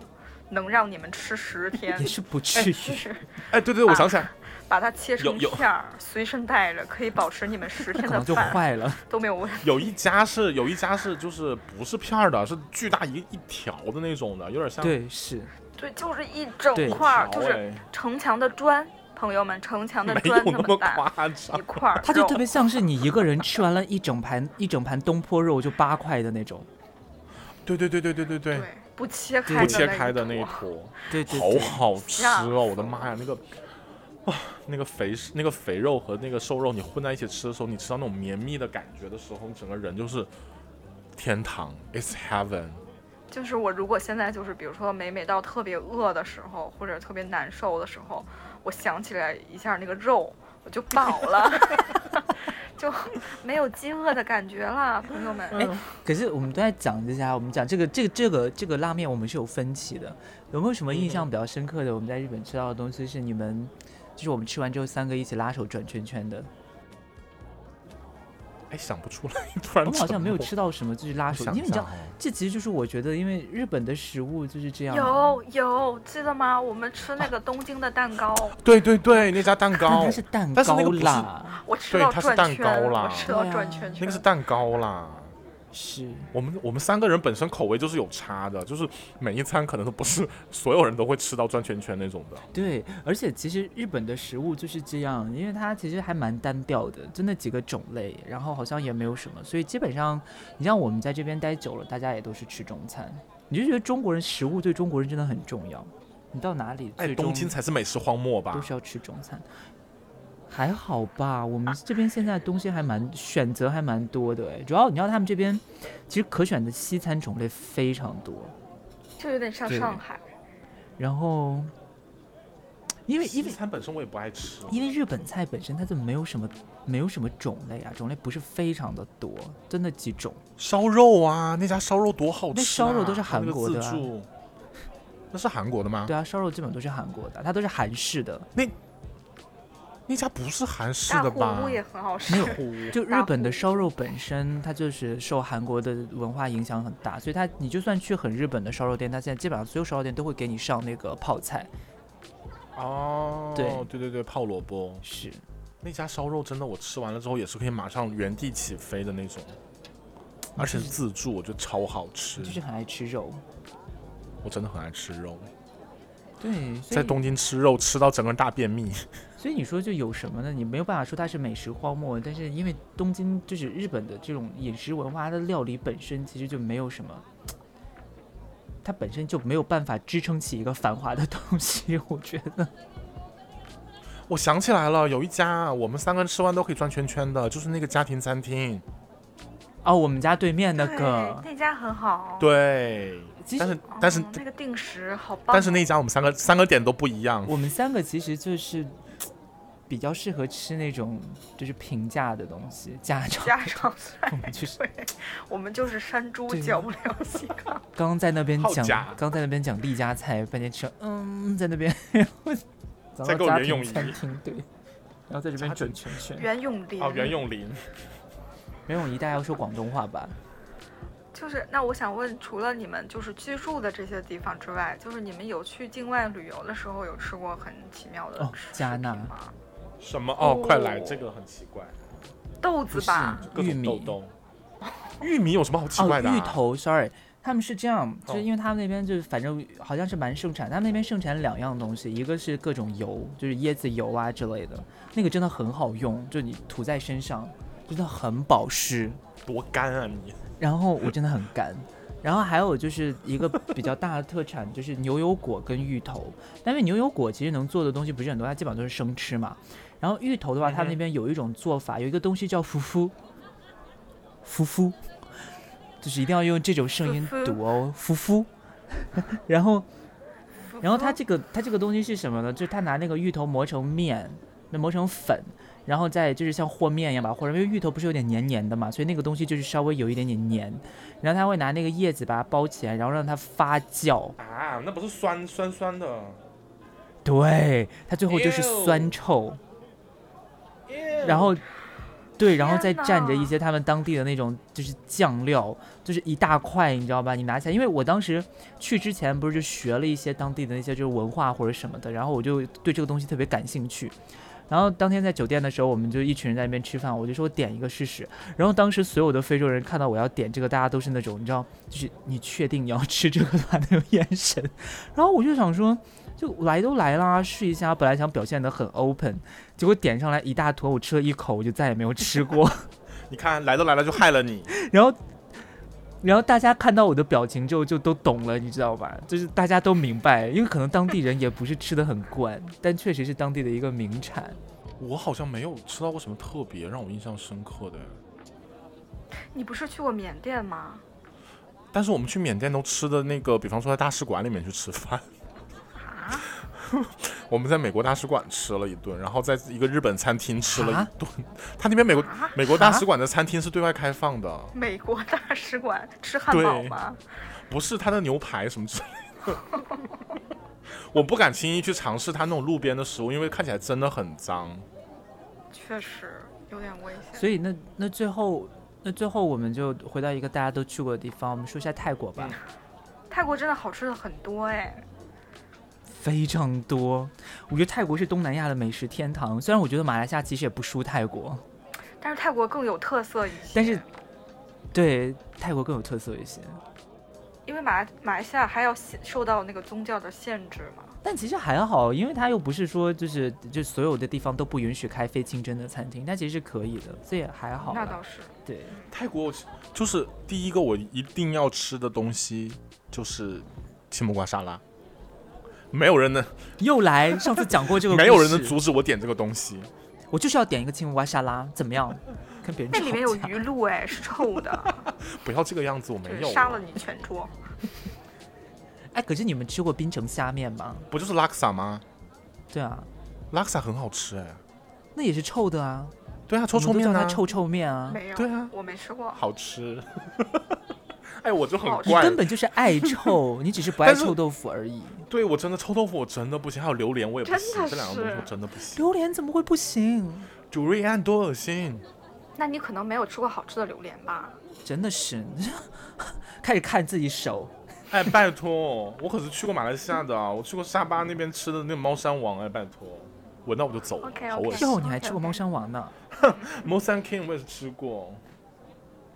能让你们吃 十天
也。是不至于。
是
哎，对对，我想起来，
把它切成
有有
片儿，随身带着，可以保持你们十
那
天
可
的
能就
饭
坏了。
都没有问题。
有一家是有一家是就是不是片儿的，是巨大一一条的那种的，有点像
对，是
对，就是一整
对
块儿，
条
就是
哎
城墙的砖，朋友们，城墙的
没
砖
有那
么
么
大
夸
一
张。
块儿肉，
它就特别像是你一个人吃完了一整盘一整盘东坡肉就八块的那种。
对对对对对对对，
对，不切开
不
的
切开
一
的那一
坨
坨，
对对
好啊
对，
好吃哦！我的妈呀，那个那个肥那个肥肉和那个瘦肉你混在一起吃的时候，你吃到那种绵密的感觉的时候，你整个人就是天堂，It's heaven。
就是我如果现在就是比如说每每到特别饿的时候，或者特别难受的时候，我想起来一下那个肉，我就饱了， 就没有饥饿的感觉了，朋友
嗯
们。哎
可是我们都在讲这家，我们讲这个这个这个这个拉面，我们是有分歧的。有没有什么印象比较深刻的？我们在日本吃到的东西是你们，就是我们吃完之后三个一起拉手转圈圈的。
哎，想不出来， 突然
我们好像没有
沉
吃到什么，就是拉
默，
手，
想
因为你知道
一下，哦
这其实就是我觉得，因为日本的食物就是
嗯
这样。啊
有有，记得吗？我们吃那个东京的蛋糕，
对对对，那家蛋
但
糕
它，是蛋
但是那个
糕
不是
啦，
我吃
对
到
它是
转
蛋
圈，
糕啦
我吃到
对啊
转圈圈。
那个是蛋糕啦。
是
我们我们三个人本身口味就是有差的，就是每一餐可能都不是所有人都会吃到转圈圈那种的。
对，而且其实日本的食物就是这样，因为它其实还蛮单调的，就那几个种类，然后好像也没有什么，所以基本上你像我们在这边待久了，大家也都是吃中餐，你就觉得中国人食物对中国人真的很重要，你到哪里
哎，
最终
东京才是美食荒漠吧
都？是要吃中餐。还好吧，我们这边现在东西还蛮选择还蛮多的哎，主要你知道他们这边其实可选的西餐种类非常多，
就有点像
对
上海。
然后因为因为
西餐本身我也不爱吃，哦
因为日本菜本身它就没有什么没有什么种类啊，种类不是非常的多，就那几种。
烧肉啊，那家烧肉多好吃、啊！
那烧肉都是韩国的啊
它那个自助，那是韩国的吗？
对啊，烧肉基本都是韩国的，它都是韩式的。
那家不是韩式
大
的
户
吧
屋？也很好吃
没，有就日本的
大户
烧肉本身，它就是受韩国的文化影响很大，所以它你就算去很日本的烧肉店，它现在基本上所有烧肉店都会给你上那个泡菜。
哦，
对
对对对，泡萝卜
是，
那家烧肉真的，我吃完了之后也是可以马上原地起飞的那种，而且是自助，我觉得超好吃
就。是很爱吃肉。
我真的很爱吃肉，
对，所以
在东京吃肉吃到整个人大便秘。
所以你说就有什么呢？你没有办法说它是美食荒漠，但是因为东京就是日本的这种饮食文化，它的料理本身其实就没有什么，它本身就没有办法支撑起一个繁华的东西。 我觉得
我想起来了，有一家我们三个人吃完都可以转圈圈的，就是那个家庭餐厅。
哦，我们家对面那
对
个，
那家很好。
对，
其
但
实嗯
是但是
哦那个定时好棒哦，
但是那一家我们三个三个点都不一样。
我们三个其实就是比较适合吃那种就是平价的东西，家常。
家常菜，
我们就是
我们就是山猪
对
嚼不了 细糠。
刚刚在那边
好
讲
假，
刚在那边讲丽家菜，半天吃了，嗯，在 那边找
在
到
给我
家
袁咏
庭
仪
餐厅，对，然后在这边
家
转圈圈。
袁咏琳，
哦，袁咏琳，
袁咏仪大家要说广东话吧？
就是那我想问，除了你们就是居住的这些地方之外，就是你们有去境外旅游的时候有吃过很奇妙的
哦
食
加
品
纳
吗？
什么？哦，快来，
哦
这个很奇怪，
豆
不
子
是
吧，
各
玉
种豆
米
豆。玉米有什么好奇
哦
怪的、啊？
芋头，sorry，他们是这样，就是
哦
因为他们那边就是反正好像是蛮盛产，他们那边盛产两样东西，一个是各种油，就是椰子油啊之类的，那个真的很好用，就你涂在身上真的很保湿。
多干啊你！
然后我真的很干。然后还有就是一个比较大的特产，就是牛油果跟芋头。但是牛油果其实能做的东西不是很多，它基本上都是生吃嘛。然后芋头的话，
嗯哼
它那边有一种做法，有一个东西叫“福夫”，福夫，就是一定要用这种声音
夫夫
读哦，福夫。 然后
芙
然后
芙
它这个它这个东西是什么呢？就是它拿那个芋头磨成面，那磨成粉，然后再就是像和面一样把它和成，因为芋头不是有点黏黏的嘛，所以那个东西就是稍微有一点点黏。然后他会拿那个叶子把它包起来，然后让它发酵。
啊，那不是酸酸酸的。
对，它最后就是酸
Ew
臭，然后。对，然后再
天
蘸着一
呐
些他们当地的那种就是酱料，就是一大块，你知道吧？你拿起来，因为我当时去之前不是就学了一些当地的那些就是文化或者什么的，然后我就对这个东西特别感兴趣。然后当天在酒店的时候，我们就一群人在那边吃饭，我就说我点一个试试。然后当时所有的非洲人看到我要点这个，大家都是那种你知道，就是你确定你要吃这个的话 那种眼神。然后我就想说，就来都来啦，试一下。本来想表现得很 open，结果点上来一大坨，我吃了一口，我就再也没有吃过。
你看，来都来了就害了你。
然后然后大家看到我的表情就就都懂了，你知道吧？就是大家都明白，因为可能当地人也不是吃的很惯，但确实是当地的一个名产。
我好像没有吃到过什么特别让我印象深刻的，
你不是去过缅甸吗？
但是我们去缅甸都吃的那个，比方说在大使馆里面去吃饭，
啊，
我们在美国大使馆吃了一顿，然后在一个日本餐厅吃了
啊
一顿。他那边美国
啊
美国大
啊
使馆的餐厅是对外开放的，
美国大使馆吃汉堡吗？
不是他的牛排什么之类的。我不敢轻易去尝试他那种路边的食物，因为看起来真的很脏。
确实有点危险。
所以那那最后那最后我们就回到一个大家都去过的地方，我们说一下泰国吧。
泰国真的好吃的很多哎，
非常多。我觉得泰国是东南亚的美食天堂，虽然我觉得马来西亚其实也不输泰国，
但是泰国更有特色一些。
但是对泰国更有特色一些。
因为马来马来西亚还要限受到那个宗教的限制嘛，
但其实还好，因为它又不是说就是就所有的地方都不允许开非清真的餐厅，它其实是可以的，所以还好啦。
那倒是。
对，
泰国就是第一个我一定要吃的东西就是青木瓜沙拉，没有人能
又来，上次讲过这个故事，
没有人能阻止我点这个东西。
我就是要点一个青木瓜沙拉，怎么样？跟别人
那里面有
吵架
鱼露哎，是臭的，
不要这个样子，我没
对，
有啊
杀了你全桌。
哎，可是你们吃过槟城虾面吗？
不就是拉克萨吗？
对啊，
拉克萨很好吃哎、
那也是臭的啊，
对啊，臭
我
臭
们都
面
叫
啊，
它臭臭面啊，
没有，
对啊
我没吃过。
好吃。 哎，我就很
好吃
你
怪
根，本就是爱臭，你只是不
但
爱
是
臭豆腐而已。
对我真的臭豆腐我真的不行，还有榴莲我也不
真
行，
的
这两个东西
是
我真的不行。
榴莲怎么会不行？
主瑞安多恶心！
那你可能没有吃过好吃的榴莲吧？
真的是， 开始看自己手。
哎，拜托，我可是去过马来西亚的啊，我去过沙巴那边吃的那个猫山王，哎，拜托，闻到我就走了
OK，OK
好恶心。
哟，你还吃过猫山王呢？
猫山 King 我也是吃过，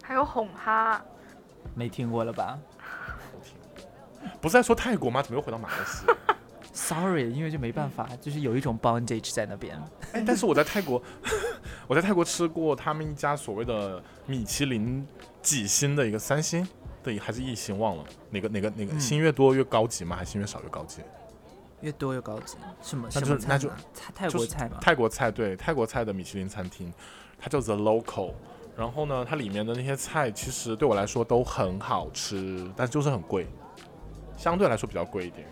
还有哄哈，
没听过了吧
不是在说泰国吗？怎么又回到马来西 亚？
？Sorry，因为就没办法，就是有一种 bondage 在那边。
哎，但是我在泰国， 我在泰国吃过他们一家所谓的米其林几星的一个三星，对，还是一星忘了哪个哪个哪个
嗯
星越多越高级吗？还是星越少越高级？
越多越高级，什么
那
什
就
么菜
那就
呢？泰泰
就
国
是
菜吗？
泰国菜对泰国菜的米其林餐厅，它叫 The Local。然后呢，它里面的那些菜其实对我来说都很好吃，但就是很贵，相对来说比较贵一点。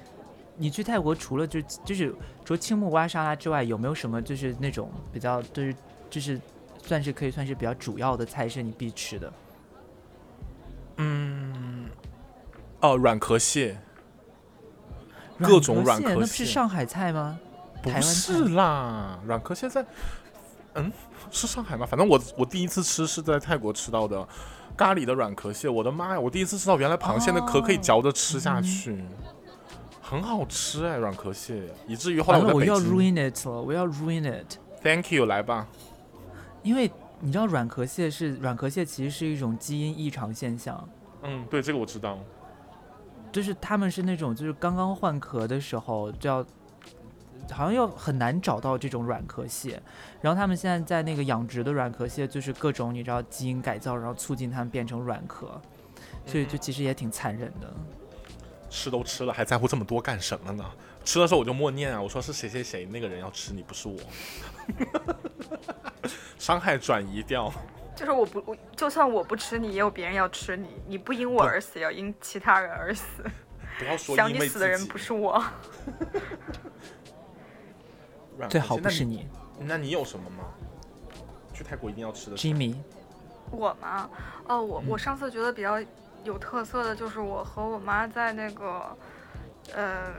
你去泰国除了就就是除了青木瓜沙拉之外，有没有什么就是那种比较就是就是算是可以算是比较主要的菜是你必吃的？
嗯，哦，软壳蟹各种软
那
壳
不
蟹，
是上海菜吗？
不
台湾
是啦，软壳蟹在，嗯，是上海吗？反正我我第一次吃是在泰国吃到的咖喱的软壳蟹，我的妈呀！我第一次吃到原来螃蟹的壳可以
哦
嚼着吃下去，很好吃哎，软壳蟹，以至于后来
完
我在
了，我
北
又要
京
ruin it 了，我要 ruin it，
，Thank you，来吧，
因为你知道软壳蟹是软壳蟹，其实是一种基因异常现象，
嗯，对，这个我知道，
就是他们是那种就是刚刚换壳的时候就要。好像又很难找到这种软壳蟹，然后他们现在在那个养殖的软壳蟹，就是各种你知道基因改造，然后促进它们变成软壳，所
嗯
以就其实也挺残忍的。
吃都吃了，还在乎这么多干什么呢？吃的时候我就默念啊，我说是谁谁谁那个人要吃你，不是我， 伤害转移掉。
就是我不，我就算我不吃你，也有别人要吃你。你不因我而死，也要因其他人而死。
不要说
想
因
你
为
死的人不是我。
软
最
壳
好
蟹
不是。你
那那你有什么吗？去泰国一定要吃的
，Jimmy。
我吗？哦，
嗯
我我上次觉得比较有特色的就是我和我妈在那个，呃，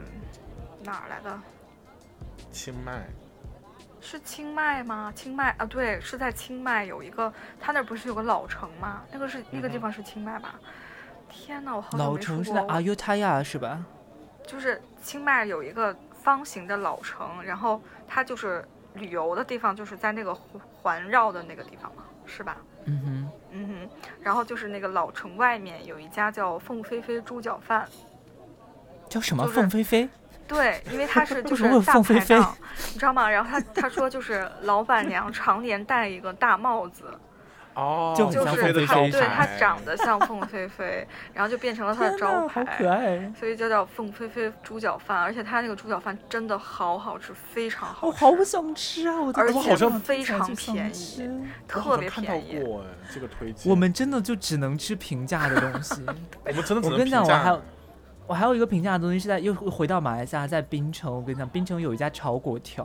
哪儿来的？
清迈，
是清迈吗？清迈啊，对，是在清迈有一个，他那儿不是有个老城吗？那个是那个地
嗯哼
方是清迈吧？天哪，我好久
老
没出
城是
国
在啊阿尤塔亚是吧？
就是清迈有一个方形的老城，然后它就是旅游的地方，就是在那个环环绕的那个地方嘛，是吧？
嗯哼。
嗯哼，然后就是那个老城外面有一家叫凤飞飞猪脚饭，
叫什么？
就是
凤飞飞？
对，因为他是就
为什
是
么会有
大
凤飞
排
飞
档，你知道吗？然后他他说就是老板娘常年戴一个大帽子，
哦，
就很
就
像
是
凤飞
它
飞
对
啥的
哎
它长得像凤飞飞，然后就变成了它的
天
招
呐，好可
牌。
爱。
所以就叫凤飞飞猪脚饭，而且它那个猪脚饭真的好好吃，非常好
我
吃，
好想吃啊！我的
而
天
且
呐
非常
我想
便宜
吃
我
特
好像
别
看到
便宜。
过哎，这个推荐
我们真的就只能吃平价的东 西。
我们真的只
我
能
跟你
评
讲我
价
还有我还有一个平价的东西是在又回到马来西亚，在槟城。我跟你讲，槟城有一家炒粿条，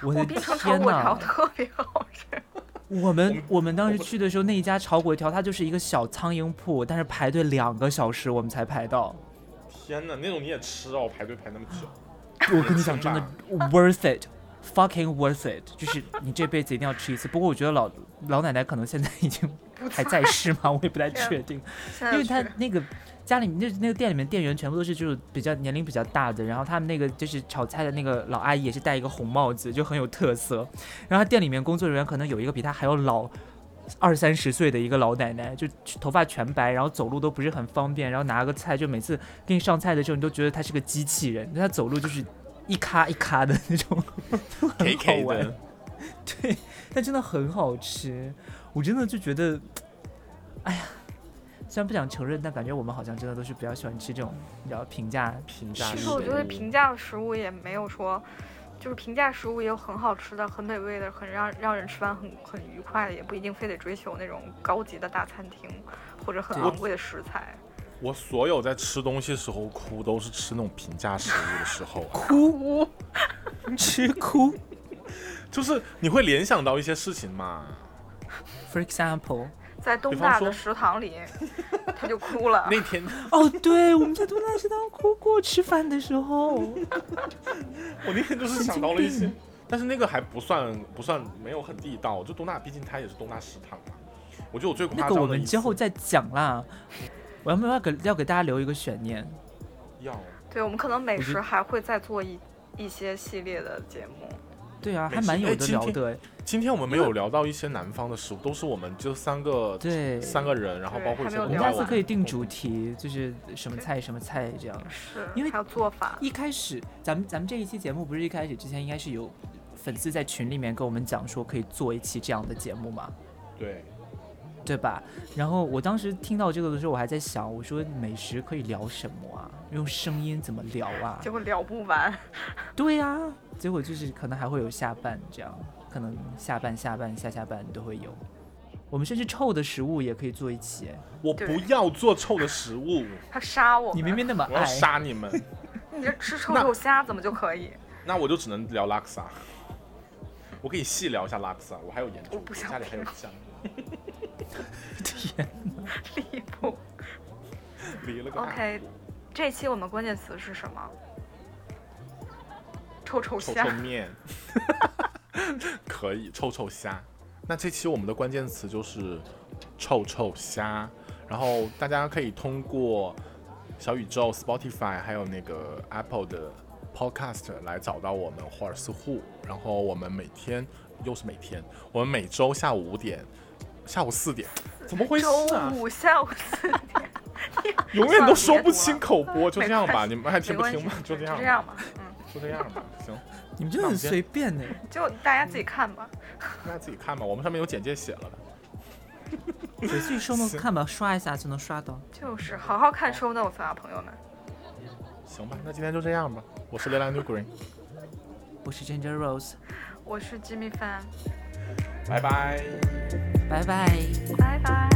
我
我
的
变成哦炒
天
粿条嗯
呐！
特别好 吃，
我们我们当
我
时
们
去的时候，那一家炒粿条它就是一个小苍蝇铺，但是排队两个小时我们才排到。
天哪，那种你也吃哦，排队排那么久，
我跟你讲，真的
吧
worth it。Fucking worth it，就是你这辈子一定要吃一次。不过我觉得老老奶奶可能现在已经还在世嘛，我也不太确定。
现在
因为
去
他那个家里那那个店里面店员全部都是就是比较年龄比较大的，然后他们那个就是炒菜的那个老阿姨也是戴一个红帽子，就很有特色。然后他店里面工作人员可能有一个比他还要老。二三十岁的一个老奶奶，就头发全白，然后走路都不是很方便，然后拿个菜，就每次给你上菜的时候，你都觉得她是个机器人，她走路就是一咔一咔的那种，
K
很好
K
玩
的。。
对，但真的很好吃，我真的就觉得，哎呀，虽然不想承认，但感觉我们好像真的都是比较喜欢吃这种比较平价平价
其
食
实
是
我
物
觉得
嗯
平价的食物也没有说，就是平价食物也有很好吃的、很美味的、很让让人吃饭很很愉快的，也不一定非得追求那种高级的大餐厅或者很
对
昂贵的食材。
我所有在吃东西时候哭，都是吃那种平价食物的时候 啊，
哭吃哭。
就是你会联想到一些事情嘛。
For example，
在东
比方
大
说
的食 堂里，他就哭了。
那天
哦，对，我们在东大食堂哭过，吃饭的时候，
我那天就是想到了一些，但是那个还不算不算没有很地道，就东大，毕竟它也是东大食堂嘛。我觉得我最
那
夸
个我
张的
们
一
之
次
后再讲啦。我要不要给要给大家留一个悬念？
要
对我们可能美
我觉
食还会再做一一些系列的节目。
对啊，
没
还蛮
事
有
哎
的
今
聊
天
的哎。
今天我们没有聊到一些南方的食物，都是我们就三个
对，
三个人，然后包括一些
还
我
没
们
有
下
聊
次
完
可以定主题，就是什么
对
菜什么菜这样。
是，
因为
还有做法，
一开始，咱们咱们这一期节目不是一开始之前应该是有粉丝在群里面跟我们讲说可以做一期这样的节目嘛，
对，
对吧？然后我当时听到这个的时候，我还在想，我说美食可以聊什么啊？用声音怎么聊啊
结？果聊不完。
对呀、结果就是可能还会有下半这样，可能下半下半下下半都会有。我们甚至臭的食物也可以做一期，
我
对
不要做臭的食物，
他杀我们，
你明明那么
我要
爱，
杀你们。
你这吃臭
那
肉虾怎么就可以？
那我就只能聊拉克萨。我给你细聊一下拉克萨，我还有研究
我，不想
家里还有酱，
天，
离谱。
离了个大
OK，这期我们关键词是什么？臭臭
臭
虾
臭面， 可以臭臭虾。那这期我们的关键词就是臭臭虾，然后大家可以通过小宇宙、Spotify 还有那个 Apple 的 Podcast 来找到我们霍尔斯户。然后我们每天又是每天，我们每周下午五点、下午四点，怎么回事啊
周？ 五下午四点，
永远都说不清口 播，就
没
这样吧，
关系
你们爱听
没
不
关
听
系
吧，，就这样，
这就这样，吧。嗯，
就这样 吧，行，
你们真的很随便 呢、
就大家自己看吧。
大家自己看吧，我们上面有简介写了的。
翡翠收能看吧，刷一下就能刷到。
就是好好看 show notes 啊，朋友们。
行吧，那今天就这样吧。我是 Lila New Green，
我是 Ginger Rose，
我是 Jimmy Fan，
拜拜。
拜拜。
拜拜。